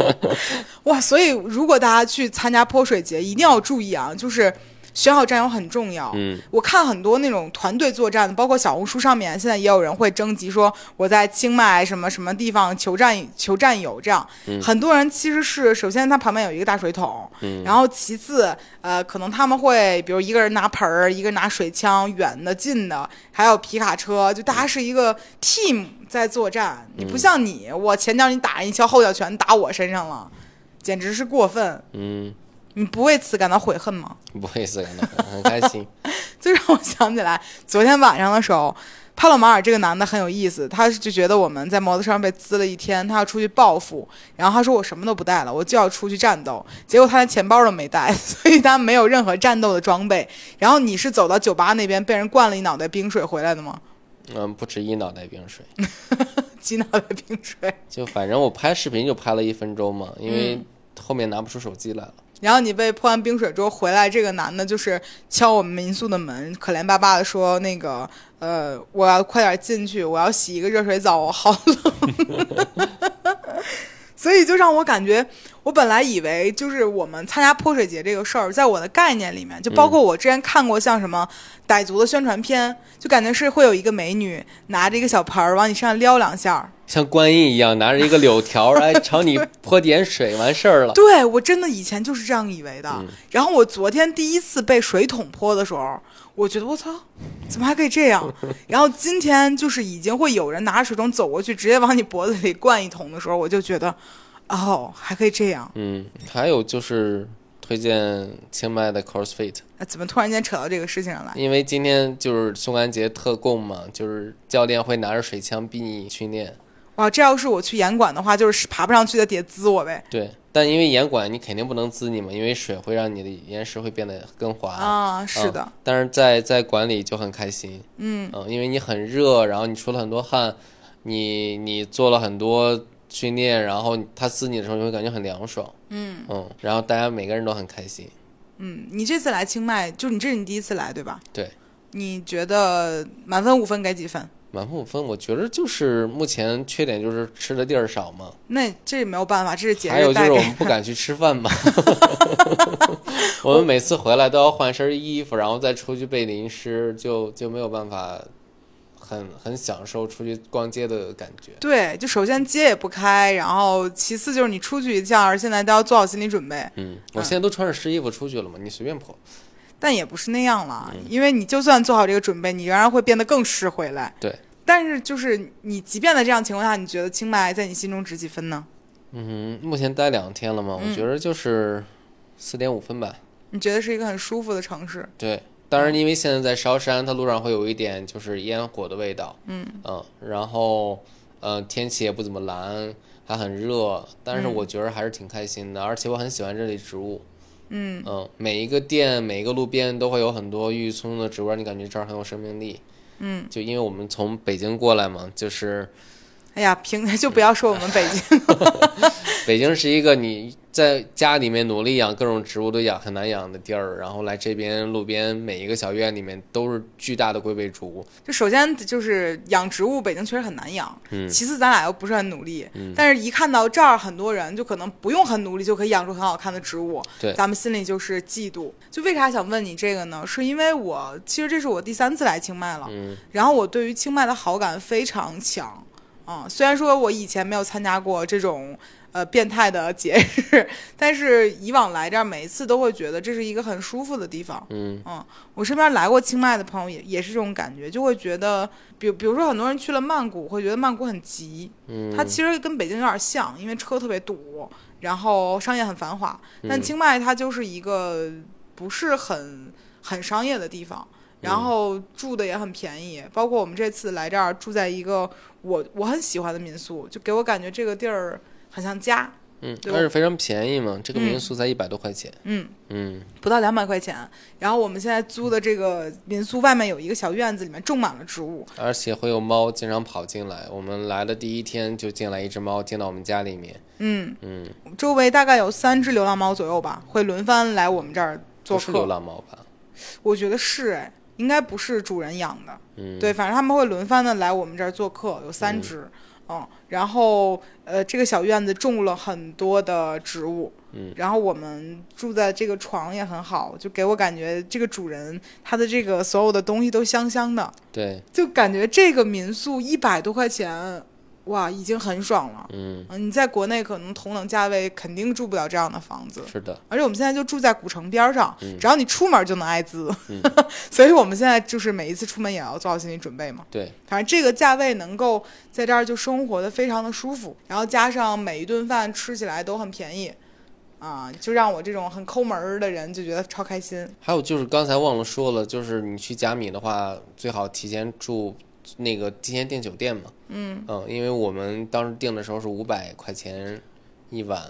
[SPEAKER 1] 哇，所以如果大家去参加泼水节，一定要注意啊，就是选好战友很重要。
[SPEAKER 2] 嗯，
[SPEAKER 1] 我看很多那种团队作战，包括小红书上面，现在也有人会征集说我在清迈什么什么地方求战求战友这样。很多人其实是首先他旁边有一个大水桶，然后其次呃可能他们会比如一个人拿盆儿，一个人拿水枪，远的近的，还有皮卡车，就大家是一个 team 在作战。你不像你，我前脚你打人一枪，后脚全打我身上了，简直是过分。
[SPEAKER 2] 嗯，
[SPEAKER 1] 你不为此感到悔恨吗？
[SPEAKER 2] 不会死感到很很开心。
[SPEAKER 1] 这让我想起来昨天晚上的时候，帕洛马尔这个男的很有意思，他就觉得我们在摩托车上被滋了一天，他要出去报复。然后他说我什么都不带了，我就要出去战斗。结果他连钱包都没带， 所以他没有任何战斗的装备。然后你是走到酒吧那边被人灌了一脑袋冰水回来的吗？
[SPEAKER 2] 嗯，不止一脑袋冰水，
[SPEAKER 1] 鸡脑袋冰水。
[SPEAKER 2] 就反正我拍视频就拍了一分钟嘛，因
[SPEAKER 1] 嗯
[SPEAKER 2] 为后面拿不出手机来了。
[SPEAKER 1] 然后你被泼完冰水之后回来，这个男的就是敲我们民宿的门，可怜巴巴的说：“那个，呃，我要快点进去，我要洗一个热水澡，我好冷。” 所以就让我感觉，我本来以为就是我们参加泼水节这个事儿，在我的概念里面，就包括我之前看过像什么傣族的宣传片，就感觉是会有一个美女拿着一个小盆儿往你身上撩两下儿，
[SPEAKER 2] 像观音一样拿着一个柳条，来朝你泼点水，完事儿了。
[SPEAKER 1] 对我真的以前就是这样以为
[SPEAKER 2] 嗯
[SPEAKER 1] 的。然后我昨天第一次被水桶泼的时候，我觉得我操，怎么还可以这 样？然后今天就是已经会有人拿着水桶走过去，直接往你脖子里灌一桶的时候，我就觉得，哦，还可以这样。
[SPEAKER 2] 嗯，还有就是推荐清迈的 CrossFit，
[SPEAKER 1] 啊怎么突然间扯到这个事情上来？
[SPEAKER 2] 因为今天就是宋干节特供嘛，就是教练会拿着水枪逼你训练。
[SPEAKER 1] 哇，这要是我去严管的话，就是爬不上去的得滋我呗。
[SPEAKER 2] 对，但因为严管你肯定不能滋你嘛，因为水会让你的岩石会变得更滑。
[SPEAKER 1] 啊，是的
[SPEAKER 2] 嗯，但是在在馆里就很开心，嗯因为你很热，然后你出了很多汗，你你做了很多训练，然后他撕你的时候你会感觉很凉爽，嗯然后大家每个人都很开心，
[SPEAKER 1] 嗯，你这次来清迈，就你这是你第一次来对吧？
[SPEAKER 2] 对，
[SPEAKER 1] 你觉得满分五分给几分？
[SPEAKER 2] 满分五分，我觉得就是目前缺点就是吃的地儿少嘛，
[SPEAKER 1] 那这也没有办法，这是节
[SPEAKER 2] 还有
[SPEAKER 1] 日
[SPEAKER 2] 就
[SPEAKER 1] 带
[SPEAKER 2] 是
[SPEAKER 1] 给
[SPEAKER 2] 我们不敢去吃 饭嘛， 我们每次回来都要换身衣服，然后再出去被淋湿，就就没有办法很很享受出去逛街的感觉。
[SPEAKER 1] 对，就首先街也不开，然后其次就是你出去一趟，现在都要做好心理准备，
[SPEAKER 2] 嗯，我现在都穿着湿衣服出去了嘛，你随便泼。
[SPEAKER 1] 但也不是那样了，因为你就算做好这个准备，你仍然会变得更湿回来。
[SPEAKER 2] 对，
[SPEAKER 1] 但是就是你，即便在这样情况下，你觉得清迈在你心中值几分呢？
[SPEAKER 2] 嗯，目前待两天了嘛，
[SPEAKER 1] 嗯
[SPEAKER 2] 我觉得就是四点五分吧。
[SPEAKER 1] 你觉得是一个很舒服的城市？
[SPEAKER 2] 对，当然因为现在在烧山，它路上会有一点就是烟火的味道。嗯然后呃天气也不怎么蓝，还很热，但是我觉得还是挺开心的，而且我很喜欢这里植物。嗯每一个店、每一个路边都会有很多郁郁葱葱的植物，让你感觉这儿很有生命力。嗯，就因为我们从北京过来嘛，就是
[SPEAKER 1] 哎呀，平 就不要说我们北京，
[SPEAKER 2] 北京是一个你在家里面努力养各种植物都养很难养的地儿，然后来这边路边每一个小院里面都是巨大的龟背竹，
[SPEAKER 1] 就首先就是养植物，北京确实很难养。
[SPEAKER 2] 嗯
[SPEAKER 1] 其次，咱俩又不是很努力，但是一看到这儿，很多人就可能不用很努力就可以养出很好看的植物，
[SPEAKER 2] 对
[SPEAKER 1] 咱们心里就是嫉妒。就为啥想问你这个呢？是因为我其实这是我第三次来清迈了，
[SPEAKER 2] 嗯
[SPEAKER 1] 然后我对于清迈的好感非常强啊、虽然说我以前没有参加过这种呃变态的节日， 但是以往来这儿每一次都会觉得这是一个很舒服的地方。
[SPEAKER 2] 嗯
[SPEAKER 1] 嗯，我身边来过清迈的朋友也也是这种感觉，就会觉得，比比如说很多人去了曼谷，会觉得曼谷很急，
[SPEAKER 2] 嗯，
[SPEAKER 1] 它其实跟北京有点像，因为车特别堵，然后商业很繁华。但清迈它就是一个不是很很商业的地方，然后住的也很便宜。包括我们这次来这儿住在一个我我很喜欢的民宿，就给我感觉这个地儿很像家，
[SPEAKER 2] 嗯，
[SPEAKER 1] 对
[SPEAKER 2] 而且非常便宜嘛，这个
[SPEAKER 1] 嗯
[SPEAKER 2] 民宿才一百多块钱，
[SPEAKER 1] 嗯。
[SPEAKER 2] 嗯
[SPEAKER 1] 不到两百块钱。然后我们现在租的这个民宿外面有一个小院子，里面种满了植物。
[SPEAKER 2] 而且会有猫经常跑进来。我们来的第一天就进来一只猫，进到我们家里面。
[SPEAKER 1] 嗯，
[SPEAKER 2] 嗯，
[SPEAKER 1] 周围大概有三只流浪猫左右吧，会轮番来我们这儿做
[SPEAKER 2] 不是流
[SPEAKER 1] 客。
[SPEAKER 2] 浪猫吧？
[SPEAKER 1] 我觉得是哎，应该不是主人养的。
[SPEAKER 2] 嗯，
[SPEAKER 1] 对，反正他们会轮番的来我们这儿做客，有三只。嗯然后呃，这个小院子种了很多的植物，
[SPEAKER 2] 嗯，
[SPEAKER 1] 然后我们住在这个床也很好，就给我感觉这个主人他的这个所有的东西都香香的，
[SPEAKER 2] 对，
[SPEAKER 1] 就感觉这个民宿一百多块钱，哇，已经很爽了。
[SPEAKER 2] 嗯，
[SPEAKER 1] 嗯，你在国内可能同等价位肯定住不了这样的房子，
[SPEAKER 2] 是的，
[SPEAKER 1] 而且我们现在就住在古城边儿上，只要你出门就能挨滋，
[SPEAKER 2] 嗯
[SPEAKER 1] 所以我们现在就是每一次出门也要做好心理准备嘛。
[SPEAKER 2] 对，
[SPEAKER 1] 反正这个价位能够在这儿就生活的非常的舒服，然后加上每一顿饭吃起来都很便宜，啊，就让我这种很抠门儿的人就觉得超开心。
[SPEAKER 2] 还有就是刚才忘了说了，就是你去甲米的话，最好提前住那个提前订酒店嘛。嗯因为我们当时订的时候是五百块钱一晚。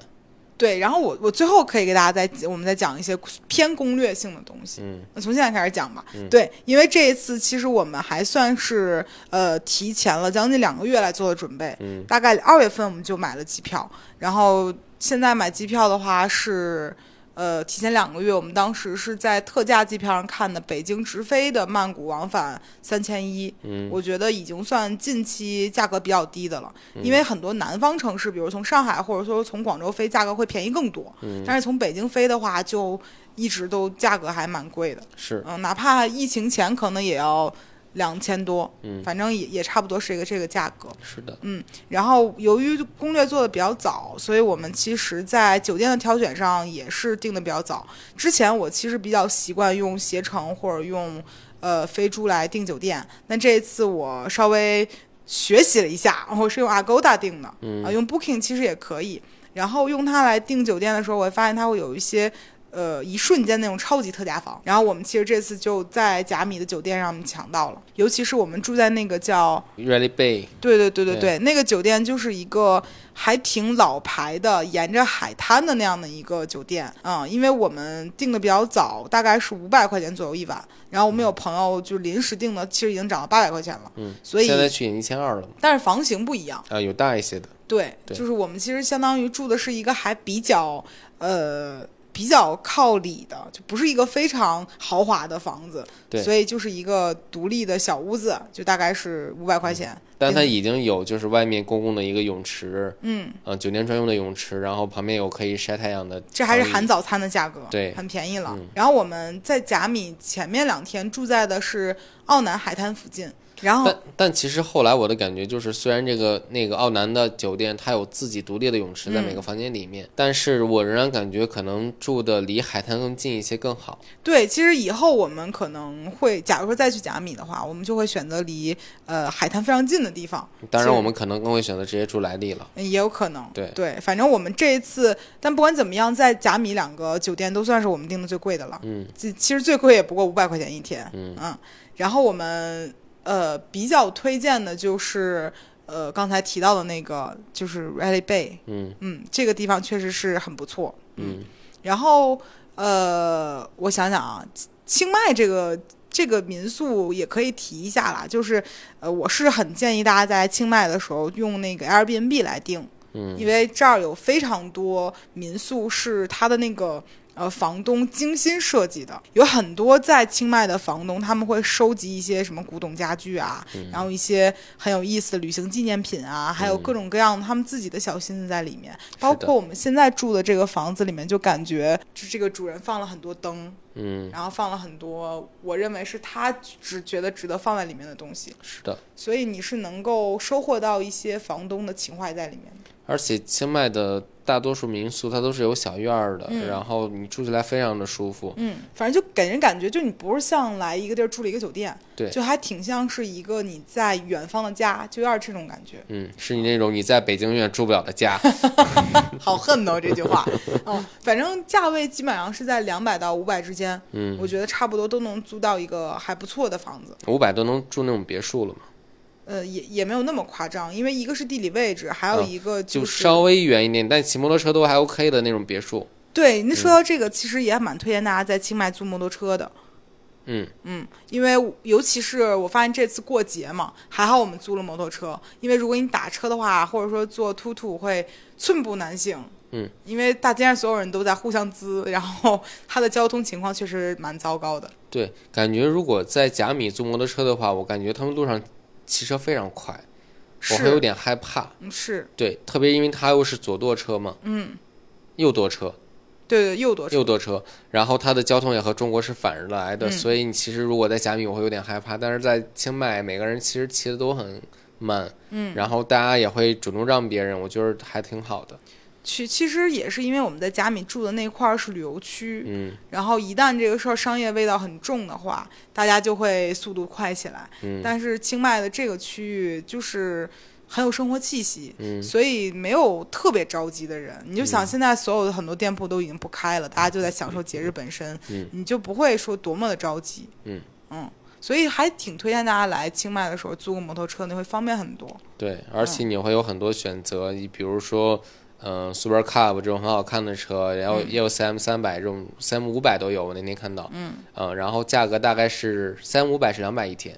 [SPEAKER 1] 对，然后我我最后可以给大家再我们再讲一些偏攻略性的东西。
[SPEAKER 2] 嗯
[SPEAKER 1] 那从现在开始讲吧。对，因为这一次其实我们还算是呃提前了将近两个月来做的准备，
[SPEAKER 2] 嗯
[SPEAKER 1] 大概二月份我们就买了机票，然后现在买机票的话是。呃，提前两个月，我们当时是在特价机票上看的北京直飞的曼谷往返三千一，
[SPEAKER 2] 嗯
[SPEAKER 1] 我觉得已经算近期价格比较低的了，
[SPEAKER 2] 嗯
[SPEAKER 1] 因为很多南方城市，比如从上海或者说从广州飞，价格会便宜更多，
[SPEAKER 2] 嗯
[SPEAKER 1] 但是从北京飞的话，就一直都价格还蛮贵的，
[SPEAKER 2] 是，
[SPEAKER 1] 嗯，哪怕疫情前可能也要两千多，
[SPEAKER 2] 嗯
[SPEAKER 1] 反正也也差不多是一个这个价格。
[SPEAKER 2] 是的，
[SPEAKER 1] 然后由于攻略做的比较早，所以我们其实在酒店的挑选上也是定的比较早。之前我其实比较习惯用携程或者用呃飞猪来订酒店，那这一次我稍微学习了一下，我是用 Agoda 订的，
[SPEAKER 2] 嗯
[SPEAKER 1] 啊，用 Booking 其实也可以。然后用它来订酒店的时候，我会发现它会有一些。呃，一瞬间那种超级特价房，然后我们其实这次就在甲米的酒店上面抢到了，尤其是我们住在那个叫
[SPEAKER 2] Ready Bay，
[SPEAKER 1] 对对对对
[SPEAKER 2] 对
[SPEAKER 1] 对，那个酒店就是一个还挺老牌的，沿着海滩的那样的一个酒店嗯，因为我们订的比较早，大概是五百块钱左右一晚，然后我们有朋友就临时订的，其实已经涨到八百块钱了，
[SPEAKER 2] 嗯，
[SPEAKER 1] 所以
[SPEAKER 2] 现在去也一千二了嘛，
[SPEAKER 1] 但是房型不一样，
[SPEAKER 2] 啊，有大一些的，
[SPEAKER 1] 对，
[SPEAKER 2] 对
[SPEAKER 1] 就是我们其实相当于住的是一个还比较呃比较靠里的，就不是一个非常豪华的房子，
[SPEAKER 2] 对
[SPEAKER 1] 所以就是一个独立的小屋子，就大概是五百块钱，
[SPEAKER 2] 但它已经有就是外面公共的一个泳池，
[SPEAKER 1] 嗯。
[SPEAKER 2] 呃，酒店专用的泳池，然后旁边有可以晒太阳的，
[SPEAKER 1] 这还是含早餐的价格，
[SPEAKER 2] 对
[SPEAKER 1] 很便宜了。
[SPEAKER 2] 嗯
[SPEAKER 1] 然后我们在甲米前面两天住在的是奥南海滩附近，然后
[SPEAKER 2] 但但其实后来我的感觉就是，虽然这个那个奥南的酒店它有自己独立的泳池在每
[SPEAKER 1] 嗯
[SPEAKER 2] 个房间里面，但是我仍然感觉可能住的离海滩更近一些更好。
[SPEAKER 1] 对，其实以后我们可能会，假如说再去甲米的话，我们就会选择离呃海滩非常近的地方，
[SPEAKER 2] 当
[SPEAKER 1] 是
[SPEAKER 2] 然，我们可能更会选择直接住莱利了。
[SPEAKER 1] 嗯也有可能。
[SPEAKER 2] 对
[SPEAKER 1] 反正我们这一次，但不管怎么样，在甲米两个酒店都算是我们订的最贵的了。
[SPEAKER 2] 嗯，
[SPEAKER 1] 其其实最贵也不过五百块钱一天。
[SPEAKER 2] 嗯
[SPEAKER 1] 然后我们呃比较推荐的就是呃刚才提到的那个就是 Rally Bay，
[SPEAKER 2] 嗯
[SPEAKER 1] 嗯，这个地方确实是很不错。
[SPEAKER 2] 嗯
[SPEAKER 1] 然后呃，我想想啊，清迈这个这个民宿也可以提一下啦，就是呃，我是很建议大家在清迈的时候用那个 Airbnb 来订，
[SPEAKER 2] 嗯
[SPEAKER 1] 因为这儿有非常多民宿是它的那个。呃，房东精心设计的，有很多在清迈的房东，他们会收集一些什么古董家具啊，然后一些很有意思的旅行纪念品啊，还有各种各样他们自己的小心思在里面。包括我们现在住的这个房子里面，就感觉就这个主人放了很多灯，
[SPEAKER 2] 嗯，
[SPEAKER 1] 然后放了很多我认为是他只觉得值得放在里面的东西，
[SPEAKER 2] 是的。
[SPEAKER 1] 所以你是能够收获到一些房东的情怀在里面的。
[SPEAKER 2] 而且清迈的大多数民宿它都是有小院儿的，然后你住起来非常的舒服。
[SPEAKER 1] 嗯，反正就给人感觉，就你不是像来一个地儿住了一个酒店，
[SPEAKER 2] 对
[SPEAKER 1] 就还挺像是一个你在远方的家，就有点这种感 觉。
[SPEAKER 2] 嗯，是你那种你在北京永远住不了的家。
[SPEAKER 1] 好恨哦这句 话。哦，反正价位基本上是在两百到五百之间，
[SPEAKER 2] 嗯，
[SPEAKER 1] 我觉得差不多都能租到一个还不错的房子。
[SPEAKER 2] 五百都能住那种别墅了嘛？
[SPEAKER 1] 呃，也也没有那么夸张，因为一个是地理位置，还有
[SPEAKER 2] 嗯
[SPEAKER 1] 一个、
[SPEAKER 2] 就是稍微远一点，但骑摩托车都还 OK 的那种别墅。
[SPEAKER 1] 对。那说到这个，其实也蛮推荐大家在清迈租摩托车的。
[SPEAKER 2] 嗯
[SPEAKER 1] 嗯，因为我尤其是我发现这次过节嘛，还好我们租了摩托车，因为如果你打车的话，或者说坐突突会寸步难行。
[SPEAKER 2] 嗯，
[SPEAKER 1] 因为大街上所有人都在互相滋，然后它的交通情况确实蛮糟糕的。
[SPEAKER 2] 对，感觉如果在甲米租摩托车的话，我感觉他们路上骑车非常快，我会有
[SPEAKER 1] 是
[SPEAKER 2] 点害怕。
[SPEAKER 1] 嗯是，
[SPEAKER 2] 对，特别因为它又是左舵车嘛，
[SPEAKER 1] 嗯，
[SPEAKER 2] 右舵车，
[SPEAKER 1] 对对，右舵车
[SPEAKER 2] 右舵车，然后它的交通也和中国是反着来的，
[SPEAKER 1] 嗯
[SPEAKER 2] 所以你其实如果在甲米，我会有点害怕。但是在清迈，每个人其实骑的都很慢，嗯，然后大家也会主动让别人，我觉得还挺好的，
[SPEAKER 1] 其其实也是因为我们在甲米住的那块儿是旅游区，
[SPEAKER 2] 嗯，
[SPEAKER 1] 然后一旦这个事儿商业味道很重的话，大家就会速度快起来。
[SPEAKER 2] 嗯
[SPEAKER 1] 但是清迈的这个区域就是很有生活气息，
[SPEAKER 2] 嗯
[SPEAKER 1] 所以没有特别着急的人。你就想现在所有的很多店铺都已经不开了，大家就在享受节日本身，
[SPEAKER 2] 嗯
[SPEAKER 1] 你就不会说多么的着急。
[SPEAKER 2] 嗯
[SPEAKER 1] 嗯所以还挺推荐大家来清迈的时候租个摩托车，那会方便很多。
[SPEAKER 2] 对，而且你会有很多选择，你比如说。嗯，Super Cub 这种很好看的车，然
[SPEAKER 1] 嗯
[SPEAKER 2] 后也有 CM 三百这种，CM 五百都有，我那天看到。嗯，然后价格大概是 CM 五百是两百一天，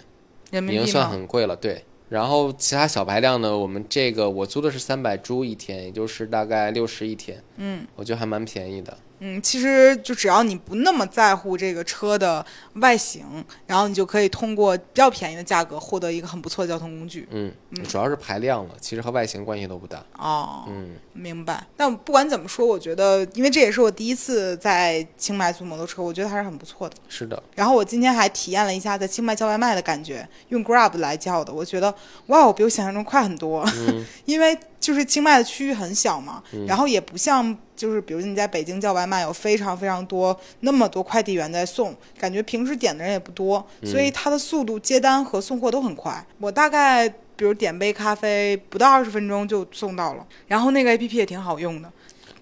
[SPEAKER 1] 人
[SPEAKER 2] 已
[SPEAKER 1] 民
[SPEAKER 2] 经
[SPEAKER 1] 币
[SPEAKER 2] 算
[SPEAKER 1] 嘛，
[SPEAKER 2] 很贵了，对。然后其他小排量呢，我们这个我租的是三百铢一天，也就是大概六十一天，
[SPEAKER 1] 嗯
[SPEAKER 2] 我觉得还蛮便宜的。
[SPEAKER 1] 嗯，其实就只要你不那么在乎这个车的外形，然后你就可以通过比较便宜的价格获得一个很不错的交通工具。
[SPEAKER 2] 嗯，主要是排量了，其实和外形关系都不大。
[SPEAKER 1] 哦，
[SPEAKER 2] 嗯
[SPEAKER 1] 明白。但不管怎么说，我觉得，因为这也是我第一次在清迈租摩托车，我觉得还是很不错的。
[SPEAKER 2] 是的，
[SPEAKER 1] 然后我今天还体验了一下在清迈叫外卖的感觉，用 Grab 来叫的，我觉得哇，我比我想象中快很多。 因为就是清迈的区域很小嘛，然后也不像就是比如你在北京叫外卖有非常非常多那么多快递员在送，感觉平时点的人也不多，所以它的速度接单和送货都很快。我大概比如点杯咖啡不到二十分钟就送到了，然后那个 APP 也挺好用的。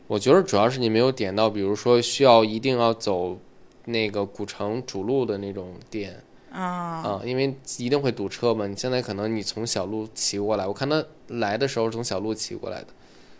[SPEAKER 2] 我觉得主要是你没有点到，比如说需要一定要走那个古城主路的那种店
[SPEAKER 1] 啊，
[SPEAKER 2] 啊、因为一定会堵车嘛。你现在可能你从小路骑过来，我看他来的时候是从小路骑过来的，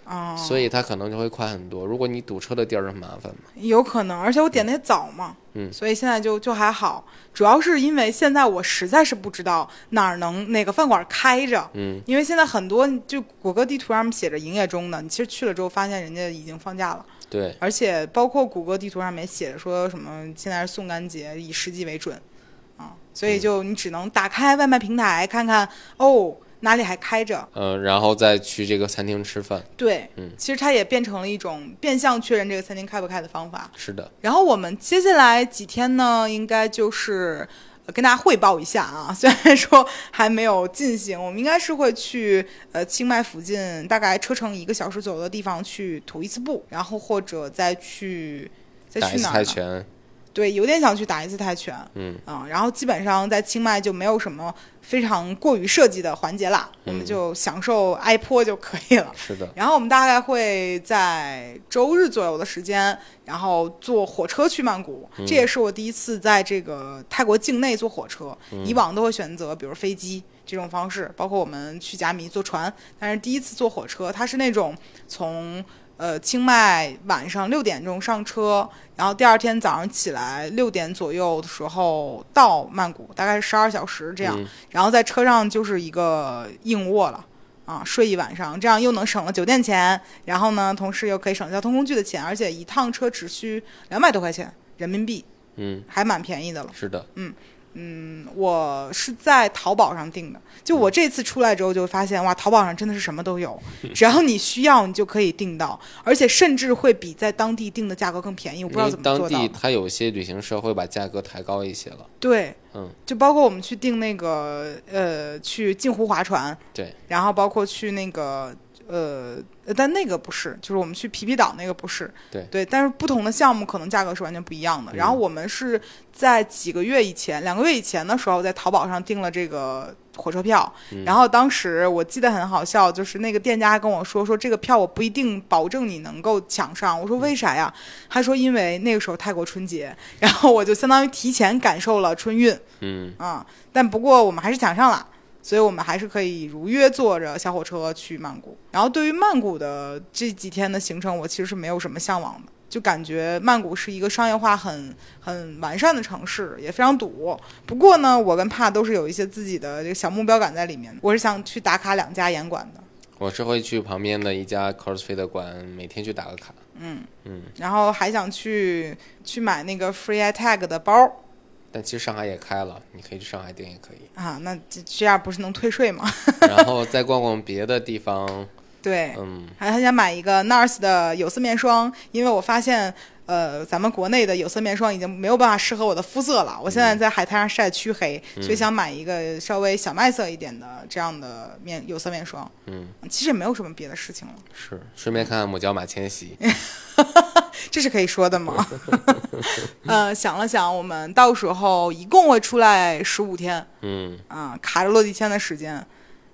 [SPEAKER 1] 啊，
[SPEAKER 2] 所以他可能就会快很多。如果你堵车的地儿就很麻烦嘛。
[SPEAKER 1] 有可能，而且我点的也早嘛，
[SPEAKER 2] 嗯
[SPEAKER 1] 所以现在就就还好。主要是因为现在我实在是不知道哪儿能哪个饭馆开着，
[SPEAKER 2] 嗯，
[SPEAKER 1] 因为现在很多就谷歌地图上面写着营业中的，你其实去了之后发现人家已经放假了，
[SPEAKER 2] 对。
[SPEAKER 1] 而且包括谷歌地图上面写着说什么现在是宋干节，以实际为准，啊，所
[SPEAKER 2] 嗯
[SPEAKER 1] 以就你只能打开外卖平台看看哦哪里还开着，
[SPEAKER 2] 嗯、然后再去这个餐厅吃饭。
[SPEAKER 1] 对，
[SPEAKER 2] 嗯
[SPEAKER 1] 其实它也变成了一种变相确认这个餐厅开不开的方法。
[SPEAKER 2] 是的，
[SPEAKER 1] 然后我们接下来几天呢，应该就是呃跟大家汇报一下啊。 虽然说还没有进行，我们应该是会去呃清迈附近大概车程一个小时左右的地方去徒一次步，然后或者再去再
[SPEAKER 2] 打一
[SPEAKER 1] 去
[SPEAKER 2] 次
[SPEAKER 1] 哪
[SPEAKER 2] 泰
[SPEAKER 1] 儿呢？
[SPEAKER 2] 拳，
[SPEAKER 1] 对，有点想去打一次泰拳。
[SPEAKER 2] 嗯
[SPEAKER 1] 啊，然后基本上在清迈就没有什么非常过于设计的环节啦，我们就享受挨泼就可以了。
[SPEAKER 2] 是的，
[SPEAKER 1] 然后我们大概会在周日左右的时间，然后坐火车去曼谷。这也是我第一次在这个泰国境内坐火车，以往都会选择比如飞机这种方式，包括我们去甲米坐船，但是第一次坐火车，它是那种从。呃，清迈晚上六点钟上车，然后第二天早上起来六点左右的时候到曼谷，大概是十二小时这样，
[SPEAKER 2] 嗯
[SPEAKER 1] 然后在车上就是一个硬卧了。啊，睡一晚上，这样又能省了酒店钱，然后呢，同时又可以省交通工具的钱，而且一趟车只需两百多块钱人民币，
[SPEAKER 2] 嗯，
[SPEAKER 1] 还蛮便宜的了。
[SPEAKER 2] 是的，
[SPEAKER 1] 我是在淘宝上订的，就我这次出来之后就发现，哇，淘宝上真的是什么都有，
[SPEAKER 2] 嗯
[SPEAKER 1] 只要你需要，你就可以订到，而且甚至会比在当地订的价格更便宜。我不
[SPEAKER 2] 因
[SPEAKER 1] 知道
[SPEAKER 2] 为
[SPEAKER 1] 怎么
[SPEAKER 2] 当
[SPEAKER 1] 做到
[SPEAKER 2] 地
[SPEAKER 1] 的。
[SPEAKER 2] 它有些旅行社会把价格抬高一些了。
[SPEAKER 1] 对，
[SPEAKER 2] 嗯，
[SPEAKER 1] 就包括我们去订那个呃，去镜湖划船，
[SPEAKER 2] 对，
[SPEAKER 1] 然后包括去那个呃，但那个不是，就是我们去皮皮岛那个不是，
[SPEAKER 2] 对
[SPEAKER 1] 但是不同的项目可能价格是完全不一样的。
[SPEAKER 2] 嗯
[SPEAKER 1] 然后我们是在几个月以前，两个月以前的时候，在淘宝上订了这个火车票，
[SPEAKER 2] 嗯
[SPEAKER 1] 然后当时我记得很好笑，就是那个店家还跟我说说这个票我不一定保证你能够抢上，我
[SPEAKER 2] 嗯
[SPEAKER 1] 说为啥呀？他说因为那个时候泰国春节，然后我就相当于提前感受了春运。
[SPEAKER 2] 嗯，
[SPEAKER 1] 啊、但不过我们还是抢上了，所以我们还是可以如约坐着小火车去曼谷。然后对于曼谷的这几天的行程，我其实是没有什么向往的，就感觉曼谷是一个商业化很很完善的城市，也非常堵。不过呢，我跟帕都是有一些自己的这个小目标感在里面。我是想去打卡两家严管的，
[SPEAKER 2] 我是会去旁边的一家 CrossFit 的馆，每天去打个卡。
[SPEAKER 1] 然后还想去去买那个 Free a Tag 的包
[SPEAKER 2] 但其实上海也开了，你可以去上海订也可以。
[SPEAKER 1] 啊，那这这样不是能退税吗？
[SPEAKER 2] 然后再逛逛别的地方，
[SPEAKER 1] 对，
[SPEAKER 2] 嗯，
[SPEAKER 1] 还还想买一个 NARS 的有色面霜，因为我发现，呃，咱们国内的有色面霜已经没有办法适合我的肤色了。我现在在海滩上晒黢黑，所以想买一个稍微小麦色一点的这样的面有色面霜。
[SPEAKER 2] 嗯，
[SPEAKER 1] 其实也没有什么别的事情了，
[SPEAKER 2] 是顺便看看母角马千玺，
[SPEAKER 1] 这是可以说的吗？ 呃，想了想，我们到时候一共会出来十五天，
[SPEAKER 2] 嗯，
[SPEAKER 1] 啊、卡着落地签的时间，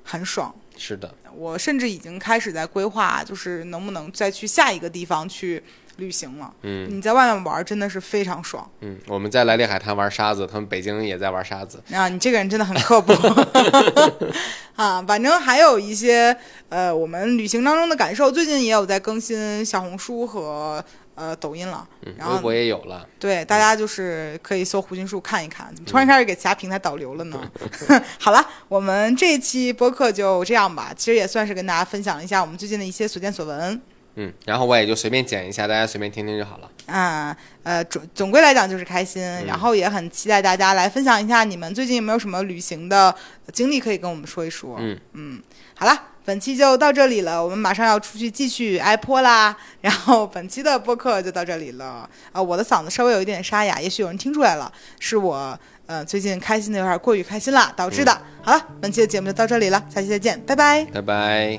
[SPEAKER 1] 很爽。
[SPEAKER 2] 是的，
[SPEAKER 1] 我甚至已经开始在规划，就是能不能再去下一个地方去旅行了。
[SPEAKER 2] 嗯，
[SPEAKER 1] 你在外面玩儿真的是非常爽
[SPEAKER 2] 嗯，我们在莱利海滩玩沙子，他们北京也在玩沙子，
[SPEAKER 1] 啊！你这个人真的很刻 薄啊！反正还有一些呃，我们旅行当中的感受，最近也有在更新小红书和呃抖音了。
[SPEAKER 2] 嗯，
[SPEAKER 1] 然后
[SPEAKER 2] 微博也有了，
[SPEAKER 1] 对，大家就是可以搜胡心树看一看。怎么
[SPEAKER 2] 嗯
[SPEAKER 1] 突然开始给其他平台导流了呢？ 好了，我们这一期播客就这样吧。其实也算是跟大家分享了一下我们最近的一些所见所闻。
[SPEAKER 2] 嗯，然后我也就随便剪一下，大家随便听听就好了。
[SPEAKER 1] 啊，呃，总总归来讲就是开心，然后也很期待大家来分享一下你们最近有没有什么旅行的经历可以跟我们说一说。
[SPEAKER 2] 嗯
[SPEAKER 1] 好了，本期就到这里了，我们马上要出去继续挨泼啦。然后本期的播客就到这里了啊、我的嗓子稍微有一点沙哑，也许有人听出来了，是我呃最近开心的有点过于开心啦导致的。好了，本期的节目就到这里了，下期再见，拜拜。
[SPEAKER 2] 拜拜。